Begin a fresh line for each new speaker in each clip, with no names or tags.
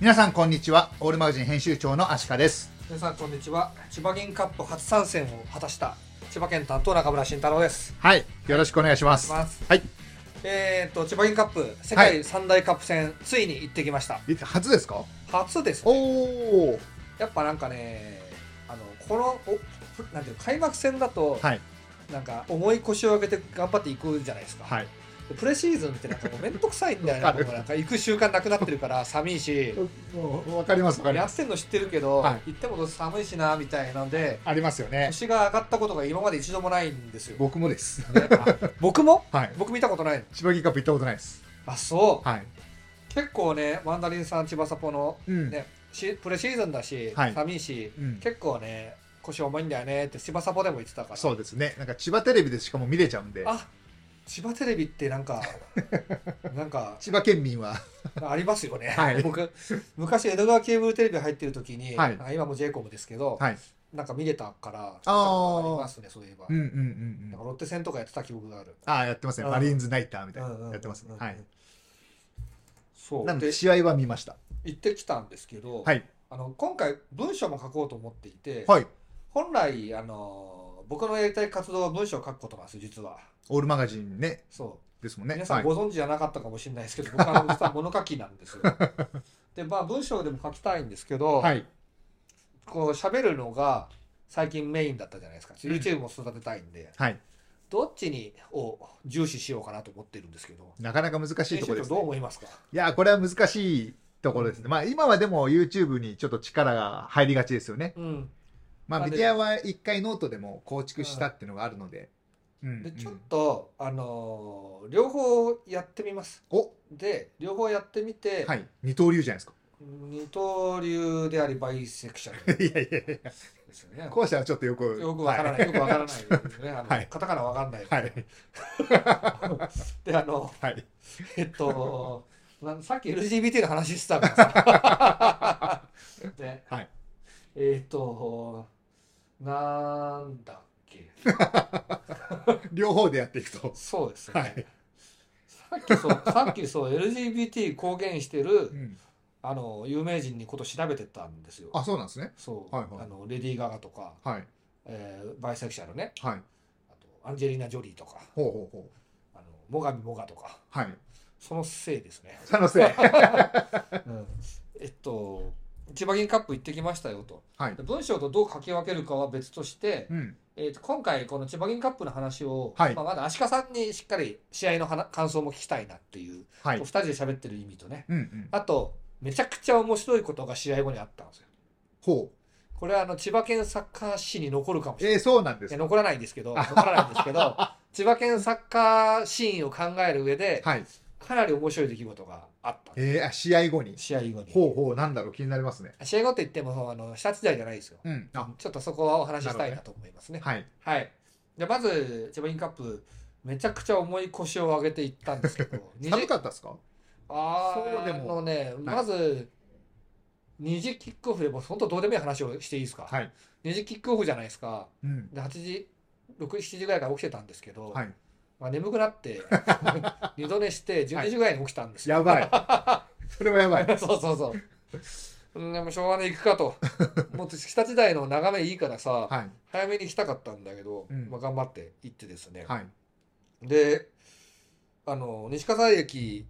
皆さんこんにちはオールマガジン編集長のアシカです
皆さんこんにちは千葉銀カップ初参戦を果たした千葉県担当中村慎太郎です
はいよろしくお願いします
お願いします
はい
えー、っと千葉銀カップ世
は
界
い
三大カップ戦、ついに行ってきました
いつ初ですか
初です
お
ね
お
やっぱなんかねあのこのおふなんていうの開幕戦だと、
はい
なんか重い腰を上げて頑張っていくじゃないですか、
はい
でプレシーズンってなん かもう面倒くさいんだよ
わか
ね
る
僕なんか行く習慣なくなってるから寒いし
わかりますわかり
や
ます
ってんの知ってるけど、
はい
行ってもどうせ寒いしなみたいなんで
ありますよね
腰が上がったことが今まで一度もないんですよ
僕もです
僕も
はい
僕見たことないの
千葉銀カップ行ったことないです
あそう
はい
結構ねワンダリンさん千葉サポの、
うん
ねしプレシーズンだし、
はい
寒いし
うん
結構ね腰重いんだよねって千葉サポでも言ってたから
そうですねなんか千葉テレビでしかも見れちゃうんで
あ千葉テレビっ てなんかなんか
千葉県民は
ありますよね、
はい
僕昔江戸川ケーブルテレビ入ってる時に、
はい
あ今も j コムですけど、
はい
なんか見れたから
あー
ありますねそういえば、
うんうんうん
な
うんん
かロッテ戦とかやってた記憶がある
ああやってますね
うん
マリーンズナイターみたいな
うんうんうん
やってますねはい
そう
なの
で
で試合は見ました
行ってきたんですけど、
はい
あの今回文章も書こうと思っていて、
はい
本来あの僕のやりたい活動は文章を書くことなんです実は
オールマガジンね
そ
ですもん
う
ね
皆さ
は
ん
い
ご存知じゃなかったかもしれないですけど、僕はあの実は物書きな んですよでまあ文章でも書きたいんですけど、
はい
こう喋るのが最近メインだったじゃないですか YouTube も育てたいんで、
はい
どっちにを重視しようかなと思ってるんですけど
なかなか難しいところで
編集
す
長どう
ね
思いますか
いやこれは難しいところですねまあ今はでも YouTube にちょっと力が入りがちですよね
うん
まあ
まあ
メディアは一回ノートでも構築したっていうのがあるのでうんう
で
ん
ちょっと、あのー両方やってみます
お
で両方やってみて、
はい二刀流じゃないですか
二刀流でありバイセクシャル
いやいやいや
ですよね。
後者はちょっとよく
よくわからない、よくわからないですね。あの、
はい
カタカナわかんない。
はいはい
で、あの、
はい
えっと、なんさっき LGBT の話してたからさ。 ね、
はい
えっと、なんだっけ。
両方でやっていくと
そうですね。
はい
さっきそう、さっきそう、LGBT 公言してる
う、ん
あの、有名人にこと調べてたんですよ。
あそうなんですね
そう、
はいはい
あのレディー・ガガとか、
はい
えーバイセクシャルね
はい
あとアンジェリーナ・ジョリーとか
ほうほうほう
あのモガミ・モガとか
はい
そのせいですね、
そのせい は
うん えっと千葉銀カップ行ってきましたよと
い
で文章とどう書き分けるかは別として、
うん
えっと今回この千葉銀カップの話を、
はい
まあ、まだ足利さんにしっかり試合の話感想も聞きたいなっていう、
は
お
い
二人で喋ってる意味とね
うんうん
あとめちゃくちゃ面白いことが試合後にあったんですよ
ほう
これはあの千葉県サッカー史に残るかもしれない
えーそうなんで
いや
す
残らないんですけど残らないんです けど千葉県サッカーシーンを考える上で
はい
かなり面白い出来事があった
えーあ試合後に
試合後に
ほうほうなんだろう気になりますね
試合後って言ってもあの下地代じゃないですよ
うんあ
ちょっとそこはお話ししたいなと思いますね
はい
はいじゃあまず千葉インカップめちゃくちゃ重い腰を上げていったんです けど二
寒
時
かったですか
あー
そうでも
あのねまず二次キックオフでもう本当どうでもいい話をしていいですか
はい
二次キックオフじゃないですか
うん
で8時67時ぐらいから起きてたんですけど、
はい
まあ、眠くなって 二度寝して12時ぐらいに起きたんですよ。
や ばいそれはやばい
そうそうそう。うんでもしょうがない行く かと。もう下時代の眺めいいからさ、
はい
早めに来たかったんだけど、
うん
まあ、頑張って行ってですね。
はい
であの西葛西駅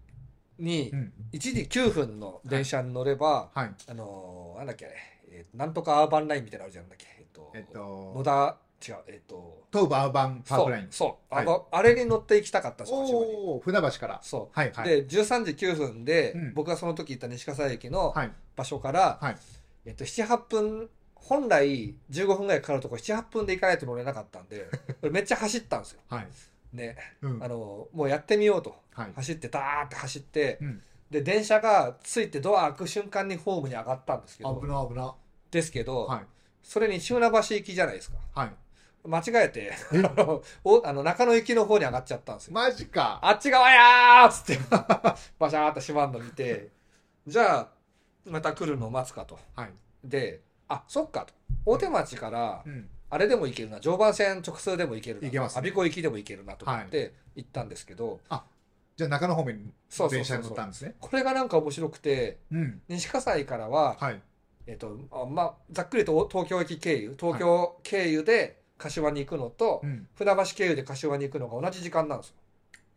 に
うん
1時9分の電車に乗れば、
はい
あのーなんだっけあれ、えーなんとかアーバンラインみたいなのあるじゃんなんだっけ、えっと
えっ
野
と
田違うえっと
東武アーバンパークライン
そうそう、
はい
あのあれに乗って行きたかったんですよ千葉に
おお船橋から
そう
はいはい
で13時9分で、
うん
僕がその時行った西葛西駅の
はい
場所から、
はい
えっと、78分本来15分ぐらいかかるとこ78分で行かないと乗れなかった んで俺めっちゃ走ったんですよ。
はい
ね、
うん
あのもうやってみようと
はい
走ってダーって走って、
うん
で電車がついてドア開く瞬間にホームに上がったんですけど
危な危な
ですけど、
はい
それに周名橋行きじゃないですか
はい
間違えて
え
あのおあの中野行きの方に上がっちゃったんですよ。
マジか
あっち側やーっつって、 バシャーって閉まんの見て、じゃあ、また来るの待つかと。
はい
で、あ、そっかと。大手町から
う、ん
あれでも行けるな、常磐線直通でも行けるな、
行けますね
我孫子行きでも行けるなと思って行ったんですけど、
あじゃあ中野方面
そ
の
うそうそうそう
電車に乗ったんですね。
これがなんか面白くて
うん。
西葛西からは、
はい。
えっとあまあ、ざっくりと東京駅経由東京経由で柏に行くのと、
うん。
船橋経由で柏に行くのが同じ時間なんですよ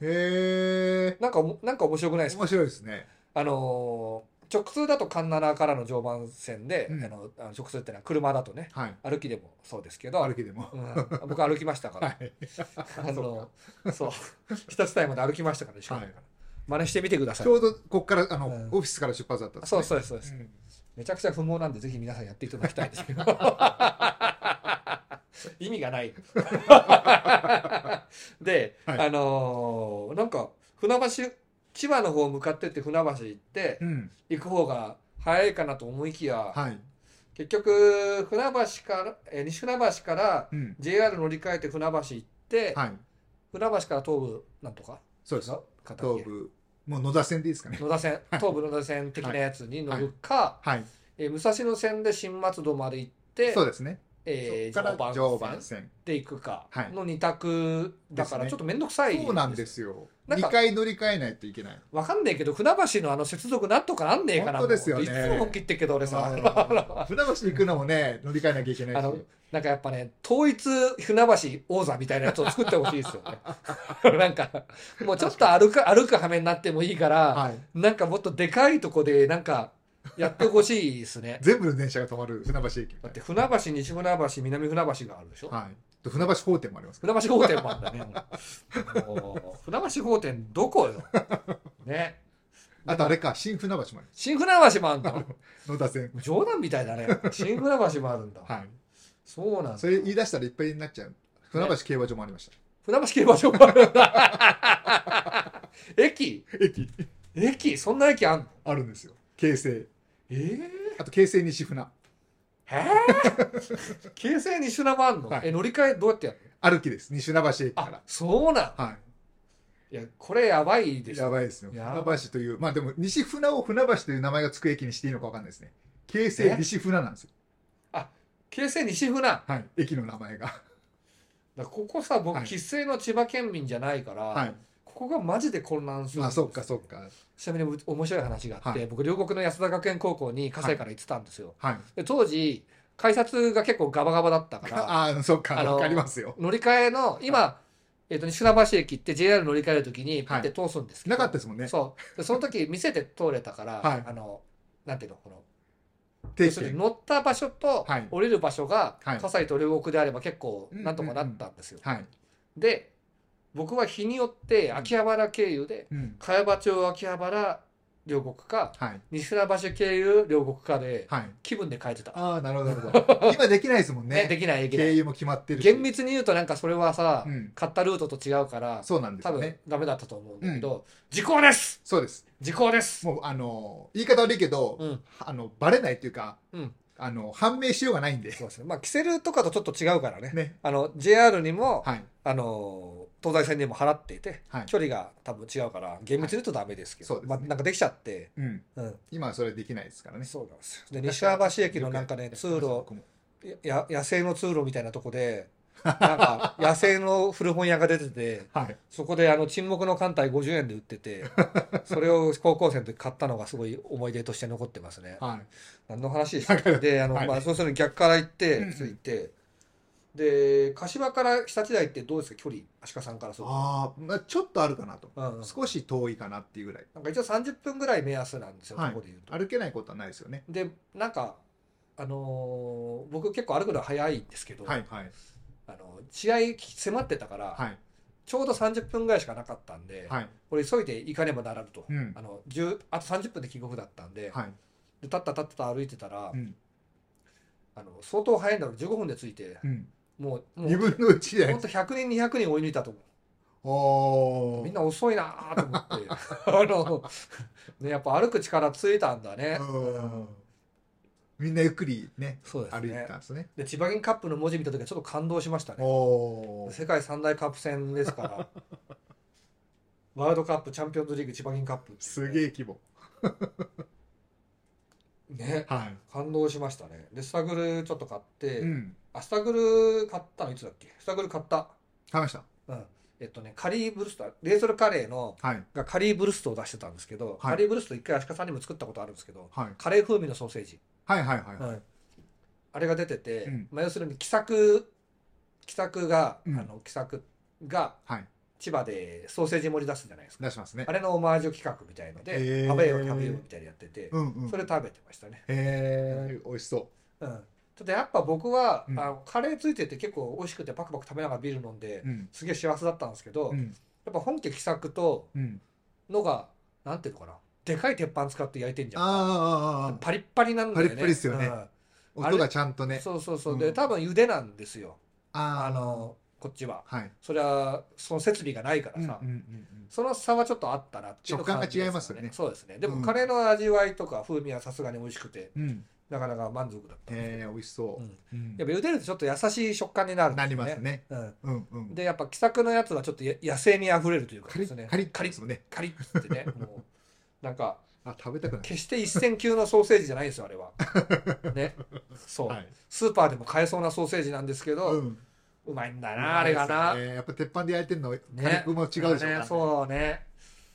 へえ。
なんかおもなんか面白くないですか
面白いですね。
あのー直通だと環七からの常磐線で、
うん
あのあの直通ってのは車だとね
はい。
歩きでもそうですけど、
歩きでも。
うん、僕歩きましたから、
はい。
あのそう日立台まで歩きましたからしかも、
はい
真似してみてください
ちょうどこっから、あの、
うん
オフィスから出発だったんです、
そう
ね。
そうですそうです、
うん
めちゃくちゃ不毛なんでぜひ皆さんやっていただきた いんですけど意味がない で、
はい
あのーなんか船橋千葉の方向かってって船橋行って
うん。
行く方が早いかなと思いきや、
はい。
結局船橋からえー西船橋から
うん。
JR 乗り換えて船橋行って、
はい。
船橋から東武なんとか
そうです。
片桐
東部。もう野田線でいいですかね。
野田線東武野田線的なやつに乗るか、
はい。
えー武蔵野線で新松戸まで行って
そうですね。
えー、
そっから常
常
磐
磐線
線。
で行くか
はい
の二択だか
です
ら
ね
ちょっと面倒くさい
そうなんですよ。
なん
二
か
回乗り換えないといけない。
わかんないけど船橋のあの接続なんとかなんねえかな
本当ですよね
いつも文句言ってるけど俺さ
あの 船橋行くのもね、乗り換えなきゃいけない
あ
し
の。 なんかやっぱね統一船橋王座みたいなやつを作ってほしいですよね なんかもうちょっと歩く歩く羽目になってもいいから、
はい。
なんかもっとでかいとこでなんかやってほしいですね
全部の電車が止まる船橋駅みた
だっ
い
て船橋西船橋南船橋があるでしょ、
な。はい。と船橋法店もありますか
船橋法店もあんだね。 もう船橋法店どこよ。ね。
ら。あとあれか、新船橋もあります。
新船橋もあるんだ。
野田線。
冗談みたいだね。新船橋もあるんだ。
はい。
そうなんだ。
それ言い出したらいっぱいになっちゃう。船橋競馬場もありまし
船橋競馬場もあるんだ。 駅
た。駅。
駅そんな駅あんの
あるんですよ。京成。
えー、
あと京成西船。
えー、京成西船もあんの、
はい
え、乗り換えどうやってやる
歩きです。西船橋駅
の
か
あ、そうなん。
ら。はい
や、これやばい
い。
です
や
よ。
ばいですよ。
や
船
ば
橋という、まあでも、西船を船橋という名前がつく駅にしていいのかわかんないですね。京成西船なんですよ。
京成西船。だか
はい。駅の名前が。
らここさ、僕、
はい
生粋の千葉県民じゃないから、
はい。
ここがマジで混乱するん
まあ、
ですよ
そっかそっか。
ちなみにう面白い話があって、
はい
僕両国の安田学園高校に葛西から行ってたんですよ、
はい。
で当時改札が結構ガバガバだったか ら
ああ、そっか。
あの
わかりますよ。
乗り換えの今、えっと西船橋駅行って JR 乗り換える時にピッて通すんですけど、
なかったですもんね。
そうでその時見せて通れたから、
はい
あのなんていうのこの
定
要
期
するに
券。
乗った場所と
はい
降りる場所が
はい
葛西と両国であれば結構
うん
なんとかなったんですよ、
はい。
で僕は日によって秋葉原経由で
うん。
茅場町秋葉原両国か
はい。
西船橋経由両国かで
はい。
気分で変えてた、
ああ、なるほど、なるほ ど。今できないですもん
ね
ね。
できないできな
経
い
由も決まってるし。
厳密に言うとなんかそれはさ、
うん。
買ったルートと違うから
そうなんです
多
よ
分
ね。
ダメだったと思うんだけど、時効です
そうです。
時効です
もう、あの、言い方悪いけど、
うん
あの、バレないっていうか、
うん
あの、判明しようがないんで。
そうですねまあキセルとかとちょっと違うからね
ね。
あの JR にも、
はい。
あの東西線にも払っていて、
はい
距離が多分違うから厳密に言うとダメですけど、
はいそう
ま
で
あ、
すね
なんかできちゃって、
うん。
うん、
今はそれできないですからね。
そうなんですよで西川橋駅のなんかね通路
僕も
や野生の通路みたいなとこでなん か野生の古本屋が出てて
はい。
そこであの沈黙の艦隊50円で売っててそれを高校生の時買ったのがすごい思い出として残ってますね。
はい。
何の話でし
だから
た であの、
はい
まあ、そうするに逆から行って
うんうん
ついてで柏から日立台ってどうですか距離足利さんからすると。
ああ、まあ、ちょっとあるかなと。
うんうん
少し遠いかなっていうぐらい。
なんか一応30分ぐらい目安なんですよ、
はい
ここで言うと。
歩けないことはないですよね。
でなんか、あのー僕結構歩くの早いんですけど、
はい。はい。
あの試合迫ってたから、
はい。
ちょうど30分ぐらいしかなかったんで、
はい。
これ急いで行かねばならぬと、
うん
あ。の10あと30分でキックオフだったんで,、
はい。
で立った立ったと歩いてたら、
うん。
あの相当早いんだろう15分で着いて
うん。
もうも
二
う
分の一
ほ
で
ん。と100人200人追い抜いたと思
お
う
ー
みんな遅いなーと思って あの、ね、やっぱ歩く力ついたんだね、
うんみんなゆっくりね、
そうです
歩いて
ね
たんですね。
で千葉銀カップの文字見た時はちょっと感動しましたね
おー
世界三大カップ戦ですから ワールドカップチャンピオンズリーグ千葉銀カップ
すげ
え
え規模。
ね
は
感動しましたねでスタグルちょっと買っ
い。
て、
うん。
あスタグル買ったのいつだっけスタグル買った
買いました。
うんえっとね、カリーブルスト、レーソルカレーの、
はい。
がカリーブルストを出してたんですけど、
はい
カリーブルスト一回アシカさんにも作ったことあるんですけど、
はい。
カレー風味のソーセージ。
はいはいはいはい。
はい、あれが出てて、
うん
まあ、要するに喜作喜作が、
うん
あの喜作が
はい。
千葉でソーセージ盛り出すじゃないですか、
出しますね
あ。れのオマージュ企画みたいので、
へー
食べよう食べようみたいなやってて、
うんうん。
それ食べてましたね、
へえ、美味しそ
うん、ただやっぱ僕は、
うん
あのカレーついてて結構美味しくてパクパク食べながらビール飲んで、
う。うん。
すげえ幸せだったんですけど、
う
や
ん。
っぱ本家喜作と
うん。
のがなんていうのかなでかい鉄板使って焼いてんじゃん
あーあーあ
パリッパリなんだよ
パ
ね
リッパリっすよね
うん
ー、あー音がちゃんとね。
そうそうそう、
う
で
ん
多分茹でなんですよ
あ
あ
ー
のこっちは
はい。
それはその設備がないから
うんうん
さ、
うんうん。
その差はちょっとあったなっていうのを感じ
食感が違いますよね
そうですねで
う
も
ん
カレーの味わいとか風味はさすがに美味しくて
うん。
なかなか満足だったんですけ
えー、美味しそ
ど、うん
う。うん
やっぱ茹でるとちょっと優しい食感になるんで
な
よ
りますね。
うん
うんうん。
でやっぱ気さくのやつはちょっとや野生味あふれるというか
カ
で
リ
すね
ッカリッ
カリ
です
ッ
もんね。
カリッってねもうなんか
あ、食べたくなる。
決して一線級のソーセージじゃないんですよあ れはねそう、
はい。
スーパーでも買えそうなソーセージなんですけど、
うん。
うまいんだなあれがな、
えーやっぱ鉄板で焼いてるの、火力も違うでしょうから
ね。そうね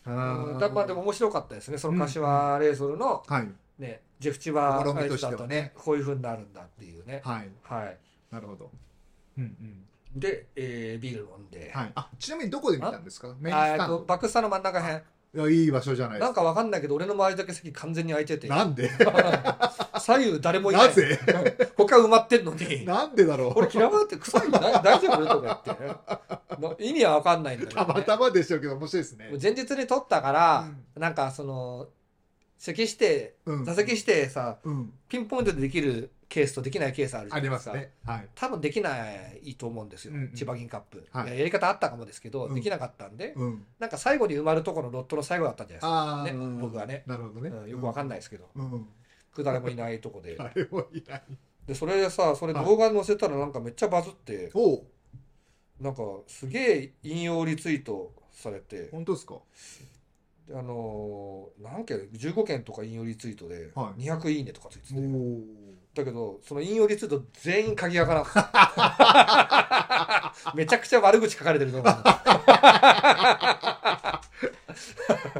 あ
う
ー
んだまあでも面白かったですねその柏レーソルの、
はい。
ね、ジェフチバ
試み
アイ
と
ス
しては
だ
ね
とねこういうふうになるんだっていうね
はい。
はい
なるほど。うんうん。
で、えービール飲んで、
はい。あ、ちなみにどこで見たんですかメイン
あ
ス
ー
タ
えっ
ン
と
ド。
バックスタの真ん中辺
いや、いい場所じゃないで
な
す
ん
か。
かわかんないけど俺の周りだけ席完全に空いてて
なんで
左右誰もいない
なぜ
うん他埋まってんのに
なんでだろ
俺嫌われて臭い の大大丈夫とか言ってな意味はわかんないんだ
う。
け
た
ど、
ま
ね、
たまでしょうけど、面白いですね。
前日に撮ったから
うん、
なんかその席指定
うん
座席指定さ
うん。
ピンポイントでできるケースとできないケースあるじ
あ
ゃな
り
いで
ますす
か。
ね。はい。
多分できないと思うんですよ、
うんうん
千葉銀カップ、
はい
いややり方あったかもですけど、
うん
できなかったんで、
うん。
なんか最後に埋まるところのロットの最後だったんじゃないで
ああ、
ね僕はね
なるほど
す
ね
か、うん、よくわかん
ない。
ないですけど、
うん。
誰もいないとこで
誰もいない。
でそれでさそれ動画載せたらなんかめっちゃバズって
おう
なんかすげえ引用リツイートされて
本当ですか
であのー何件15件とか引用リツイートで
はい
200いいねとかついてて、
お。
だけどその引用リツイート全員鍵開かなかっ ためちゃくちゃ悪口書かれてると思う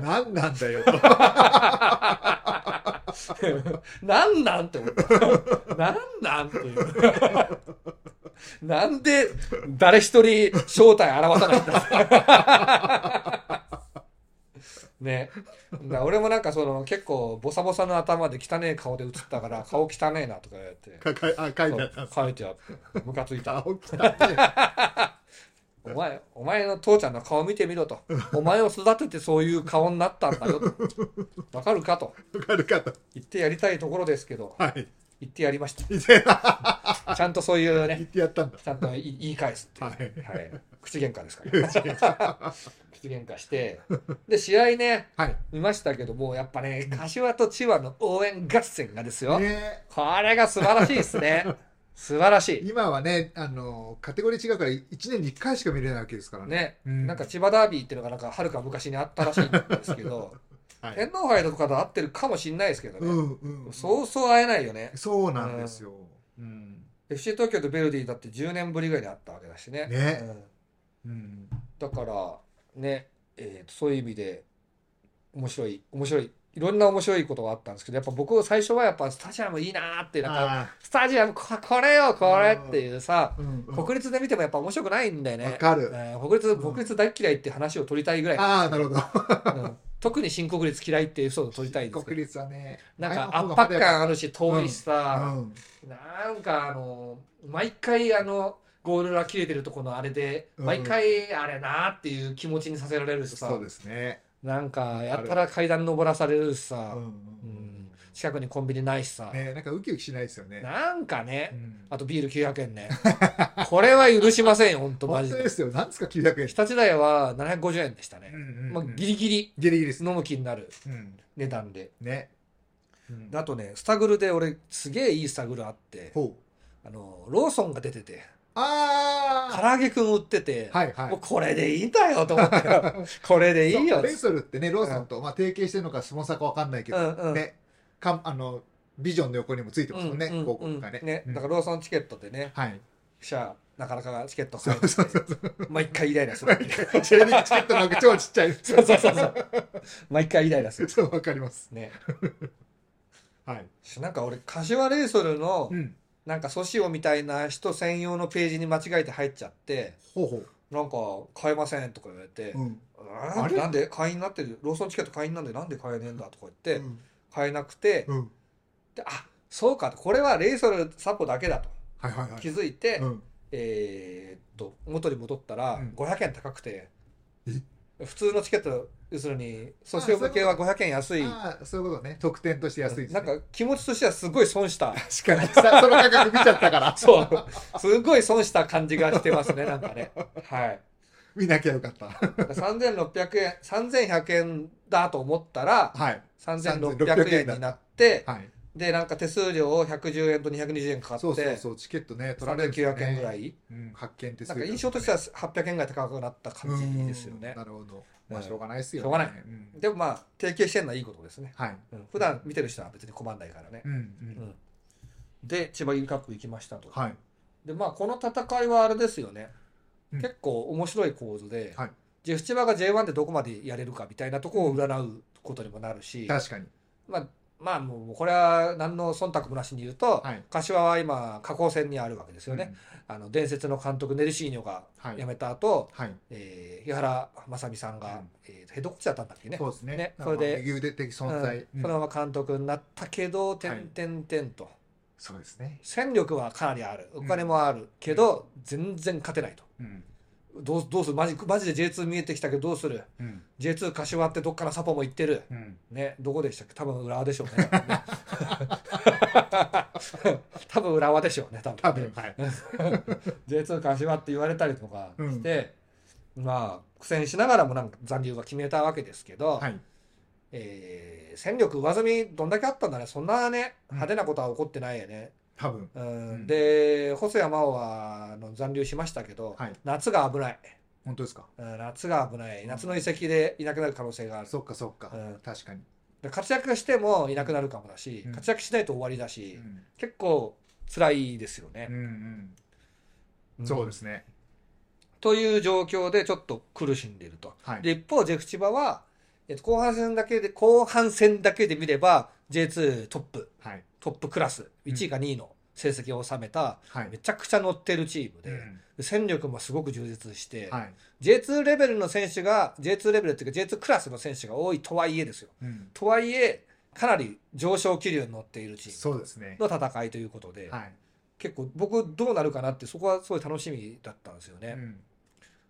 なんなんだよ。
なんなんって思った。 なんなんという。 なんで誰一人正体表さないんだ。 ね。だから俺もなんかその結構ボサボサの頭で汚え顔で映ったから顔汚えなとか言って。
かかあ、書いてあったんです。
書いてあって、ムカつい
あ
た。
起きたね。
お前、お前の父ちゃんの顔見てみろと。お前を育ててそういう顔になったんだよと。わかるかと。
わかるかと。
言ってやりたいところですけど、
はい。
言ってやりました。
以前は
ちゃんとそういう
言、
ね
ってやったんだ。
ちゃんと言い言い返すっていう、
はい
はい口喧嘩ですから、口喧嘩して、で、試合ね、
はい。
見ましたけども、やっぱね、柏と千葉の応援合戦がですよ、
ね
これが素晴らしいですね、素晴らしい。
今はね、あの、カテゴリー違うから、1年に1回しか見れないわけですからね。
ね、
うん
なんか千葉ダービーっていうのが、なんかはるか昔にあったらしいんですけど、
はい
天皇杯とかと合ってるかもしれないですけど
う
ね、
んうん。
そうそう会えないよね、
そうなんですよ。うん。
FC 東京とベルディだって10年ぶりぐらいにあったわけだしね。
ね
うん
うん。
だからね、えーとそういう意味で面白い面白いいろんな面白いことがあったんですけどやっぱ僕最初はやっぱスタジアムいいなーってなんか
あ
スタジアムここれよこれっていうさ
あ、うんうん。
国立で見てもやっぱ面白くないんだよ
わ
ね。
かる。
えー国立
ん
国立大嫌いって話を取りたいぐらい、
ああ、なるほど。
うん特に新国立嫌いっていう嘘を取りたいんですけど
国立はね。
なんか
あ
圧
の
迫感あるし遠いしさ、
うん。
なんかあの毎回あのゴールが切れてるとこのあれで
うん
毎回あれなーっていう気持ちにさせられるしさ、
そうですね。
なんかやったら階段登らされるしさ、う
うん
ん、近くにコンビニないしさ、
ねなんかウキウキしないですよね。
なんかね、
うん
あとビール900円ねこれは許しませんよほんとマ
本
ジ
当
で
ですよ。なんですか、900円。
日立大は750円でしたね、まあ、
ギ
ギリギリ
リギリです。
飲む気になる
うん。
値段で
ね。うん
あとねスタグルで俺すげえいいスタグルあって
ほう。
あのローソンが出てて唐
あ
揚げくん売ってて、
あはいはい
もう。これでいいんだよと思ってよ これでいい
そ
よ
うレイソルってね、ローソンとまあ提携してるのか、スポンサーかわかんないけ
う
ど、
んうん
ね。かんあの、ビジョンの横にもついてますもんね、
うんうん
広告がね。
ね
うん
だからローソンチケットでね
はい。
しゃなかなかチケット
そ
買え
うそうそうそう。
毎回イライラするっていう
J リーグチケットなんか超ちっちゃい。
そうそうそうそう毎回イライラする
そう、わかります。
ね
はい。
しなんか俺柏レイソルの
うん。
なんかソシオみたいな人専用のページに間違えて入っちゃって
ほうほう。
なんか買えませんとか言われて、
うん。
あ
あ
れ
れ
なんで会員になってるローソンチケット会員なんでなんで買えねえんだとか言
う
って
ん。
買えなくて、
うん。
であそうかとこれはレイソルサポだけだと
はいはいはい。
気づいて、
うん。
えーっと元に戻ったら
うん
500円高くて、
え
普通のチケット要するにソシオ向けは500円安い
ああ、そういうことね。特典として安いです、ね。
なんか気持ちとしてはすごい損した
確かに。さその価格見ちゃったから。
そうすごい損した感じがしてますねなんかねはい
見なきゃよかった。
3600円3100円だと思ったら
はい。
3600円になって
はい。
でなんか手数料を110円と220円かかって
そうそうそう。チケットね、取られるんですよね、
900円ぐらい
うん、発見って
なんか印象としては800円ぐらい高くなった感じですよね
なるほど。まあ、
うん
しょうがないですよ、ね。
しょうがない
ん
でもまあ提携してるのはいいことですね、
はい。
うん、普段見てる人は別に困んないからね
う、ん、う
うん
ん。
で千葉ユーカップ行きましたと、
はい。
でまあこの戦いはあれですよね、
うん
結構面白い構図で、
はい
ジェフ千葉が J1 でどこまでやれるかみたいなところを占うことにもなるし、
確かに。
まあまあもうこれは何の忖度もなしに言うと、
はい。
柏は今下降線にあるわけですよね、あの伝説の監督ネルシーニョが
うん。はい。
辞めた後、
はい。
えー、日原正美さん
う
が、
ん
えーヘッドコーチだったんだっけね
そうですね。
ねそれで
まあ右腕的存在。
うん
うん
そのまま監督になったけど、てんてんてんと
そうですね。
戦力はかなりあるお金もあるけど、全然勝てないと
うん。
どうどうするマジマジで J2 見えてきたけどどうする
うん。
J2 柏ってどっからサポも行ってる
うん。
ねどこでしたっけ多分浦和でしょうね 多分浦和でしょうね多
多
分ね
分、はい。
J2 柏って言われたりとかして、まあ苦戦しながらもなんか残留は決めたわけですけど、
はい。
えー戦力上積みどんだけあったんだねそんなね派手なことは起こってないよね、
多分。
うん
うん
で細谷真央はあの残留しましたけど、
はい
夏が危ない、
本当ですか。
うん夏が危ない夏の移籍でいなくなる可能性がある、
そっかそっか
うん。
確かに。
で活躍してもいなくなるかもだし、
うん
活躍しないと終わりだし、
うん
結構辛いですよね
う、んう
うん
ん。そうですね。
という状況でちょっと苦しんでいると、
はい。
で一方ジェフ千葉は、えっと、後半戦だけで後半戦だけで見れば J2 トップ
はい。
トップクラス1位か2位の成績を収めた、
はい
め。ちゃくちゃ乗ってるチームで、
うん
戦力もすごく充実して、
はい。
J2 レベルの選手が J2 レベルっていうか J2 クラスの選手が多いとはいえですよ
うん。
とはいえかなり上昇気流に乗っているチー
そうですね。
ムの戦いということで、
はい。
結構僕どうなるかなってそこはすごい楽しみだったんですよ
う
ね。
ん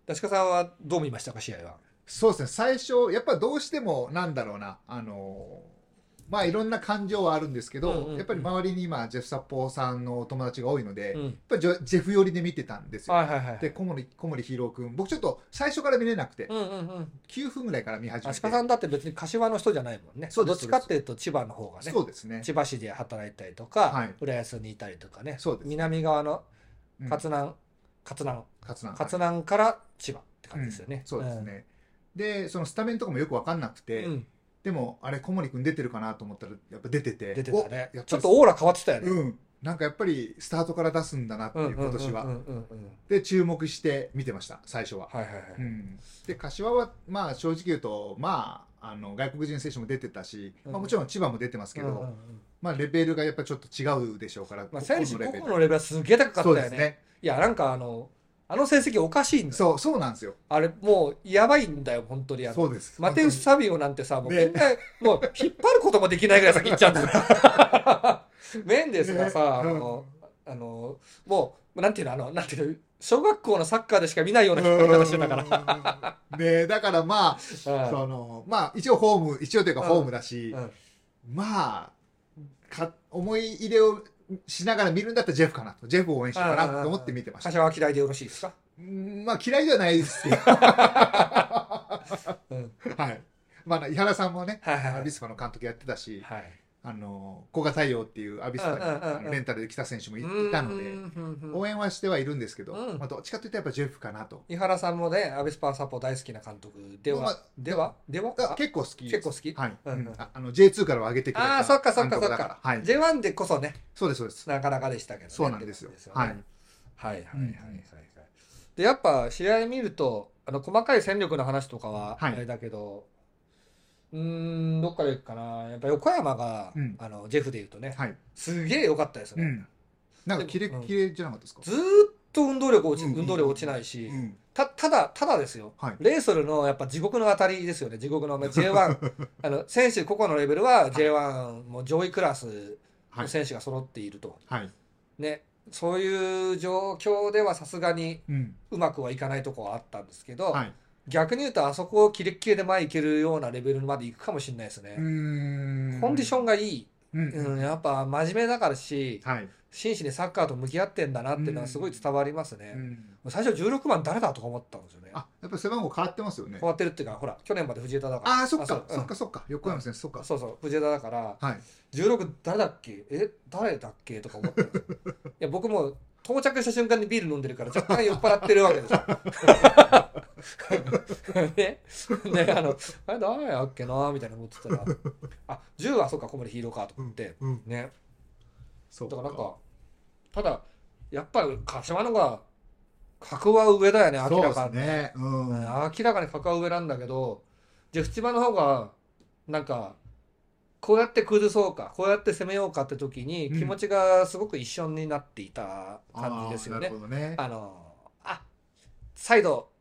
ダシカさんはどう見ましたか試合は。
そうですね、最初、やっぱどうしても、なんだろうな、あのまあいろんな感情はあるんですけど、
うんうんうん
やっぱり周りに今、ジェフ・サッポーさんのお友達が多いので、
う
やっ
ん、
ぱりジェジェフ寄りで見てたんですよ。
はいはいはい。
で、小森小森ヒーロー君、僕ちょっと最初から見れなくて、
うんうんうん。
9分ぐらいから見始め
足
て、
利さんだって別に柏の人じゃないもんね。
そう
ど
で
っ
す
ちかっていうと千葉の方がね。
そうですね、
千葉市で働いたりとか、
はい
浦安にいたりとかね。
そうです
南側の
うん
勝南、勝南、
勝南
勝南から千葉って感じですよ
う
ね
ん。そうですね。で、そのスタメンとかもよく分かんなく
うん。
て、
うん
でも、あれ、小森君出てるかなと思ったら、やっぱ出てて、
出てた
お
ね
やっぱり
ちょっとオーラ変わってたよね。
うん、なんかやっぱりスタートから出すんだなっていう、今年は。
うんうんうんうん
で注目して見てました最初は、
はいはいは
う
い。
ん、で柏はまあ正直言うとまああの外国人選手も出てたし、
うん
まあ、もちろん千葉も出てますけど、
うんうんうん
まあ、レベルがやっぱりちょっと違うでしょうから、
まあ、選手
個々
個
のレベ
々
ル
のレベルはすげえ高か
そう
った
で
よ
す
ね。
ね
いや、なんかあの、あの成績おかしいんだよ。
そうそうなんですよ
あれ、もうやばいんだよ、本当に。あの
そうです
マテウス・サビオなんてさ、もうみ
ね
んな、もう引っ張ることもできないぐらい先行っちゃうんだから。 メンデスがさ、あ
ね
の、あの、もう、なんていうの、あの、なんていうの、小学校のサッカーでしか見ないような引っ張り方してたから。
らねだからまあ
う ん
そのまあ一応ホーム一応というかホームだし、
うん
まあか思い入れをしながら見るんだったらジェフかなとジェフを応援しようかなと思って見てました
柏は嫌いでよろしいですか
うんまあ嫌いではないですけど
うん。
はい。まあな、井原さんもね、
はいはいは
ア
い
ビスパの監督やってたし、
はい。
あの、古賀太陽っていうアビスパに
うんうんうん
あのレンタルで来た選手もいいたの
う
で、
んうんうん
応援はしてはいるんですけど、
うん
まあどっちかというとやっぱジェフかなと。
井原さんもね、アビスパーサポ大好きな監督で
ま
は
あ、
では、では、
が
あ
結構好きです。
結構好き
はい。
うんうん
うんああの J2 からは上げてくれ
あ
た
あ、そっかそっかそっ
監督だ
か。
らはい。
J1 でこそね、
そうです、そうです。
なかなかでしたけどね。
そうなんですよ
ってこと
はい
はいはいはい
うん
はいはい。でやっぱ試合見るとあの細かい戦力の話とかはあ
はい
れだけど、うーんどっからいくかなやっぱ横山が、
うん
あのジェフで言うとね、
はい。
すげえ良かったです
う
ね、
ん。なんかキレ
でもうん
キレじゃなかったですか
ずーっと運動力落ち、
うん
運動量落ちないし、
うん。
たただただですよ
はい。
レイソルのやっぱ地獄の当たりですよね地獄のま あ J1 あの選手個々のレベルは J1 もう上位クラス
は
の
い。
選手が揃っていると、
はい。
ねそういう状況ではさすがに
うん。
うまくはいかないとこはあったんですけど、
はい。
逆に言うとあそこをキレッキレで前行けるようなレベルまで行くかもしれないです
う
ね、
ーん。
コンディションがいい、
うん。
うん、やっぱ真面目だからし
はい。
真摯にサッカーと向き合ってんだなっていうのはすごい伝わりますね、
うん。
最初16番誰だとか思ったんですよね
あ、やっぱ背番号変わってますよね
変。わってるっていうかほら去年まで藤枝だから
ああ、そっ
う
か、
うん
そっか、そっか。横山選手、そっか。
そうそう藤枝だから
はい。
16誰だっけえ誰だっけとか思ったんですよいや僕も到着した瞬間にビール飲んでるから若干酔っ払ってるわけですよ。 ねねあの「あれ誰やっけな」みたいな思ってたら「あ10はそっかここまでヒーローか」と思って、
うん。
ね
そ
だ
うか。
からなんかただやっぱり柏の方が格は上だよね明
そう
ら
です
かに。
ね。うん。は
明らかに格は上なんだけどじゃあ淵場の方がなんかこうやって崩そうかこうやって攻めようかって時に
うん
気持ちがすごく一緒になっていた感じですよ
な
ね。
るほどね。
あのあサイド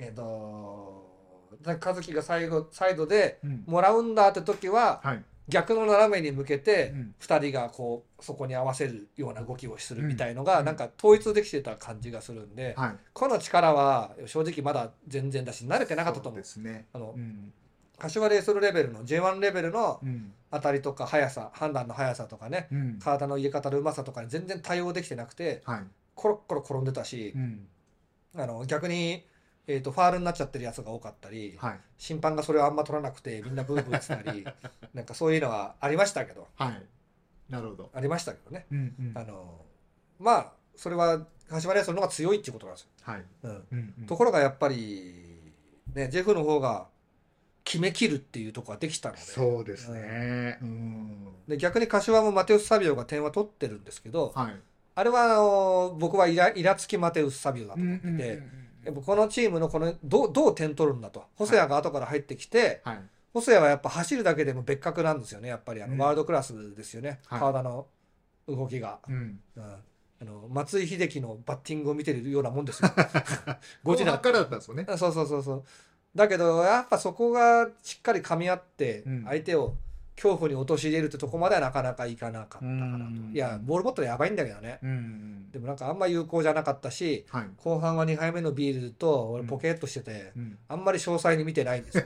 えっ、と和樹が最後サイドで
うん。
もらうんだって時は
はい。
逆の斜めに向けて
うん
2人がこうそこに合わせるような動きをするみたいの
う
が
ん
なんか統一できてた感じがするんで
はい。
この力は正直まだ全然だし慣れてなかったと思
そううですね。
あの
うん。
柏レイソルレベルの J1 レベルの
うん。
当たりとか速さ判断の速さとかね
うん。
体の入れ方のうまさとかに全然対応できてなくて
はい。
コロッコロ転んでたし
う、ん。
あの逆に、えー、とファールになっちゃってるやつが多かったり、
はい。
審判がそれをあんま取らなくてみんなブーブー言っ てたりなんかそういうのはありましたけど
はい。なるほど。
ありましたけどね、
うん。うん。
あ
はい。
のまあそれは柏レイソルの方が強いっていうことなんですよ。うん
うんうん
ところがやっぱり、ね、ジェフの方が決めきるっていうところができたので。
そうですね。うん。
で逆に柏もマテウス・サビオが点は取ってるんですけど、
はい。
あれはあの僕はイライラつきマテウス・サビオだと
うん
思ってて、
うん
やっぱこのチームのこのどうどう点取るんだと、細谷が後から入ってきて、
はい。
細谷はやっぱ走るだけでも別格なんですよね、やっぱりあの、
うん
ワールドクラスですよね、
はい
体の動きが。
うん。
うんあの松井秀喜のバッティングを見てるようなも んですよ。
後
5
半
時だ
からだったんですよね。
そうそうそうそう。だけど、やっぱそこがしっかり噛み合って
うん、
相手を恐怖に陥れるってとこまではなかなかいかなかったかな
う
と
ん。
いや、ボールボットやばいんだけどね。
うん。
でもなんかあんま有効じゃなかったし、
はい。
後半は2杯目のビールと、
う
俺
ん
ポケットしてて、
うん。
あんまり詳細に見てないん ですよ。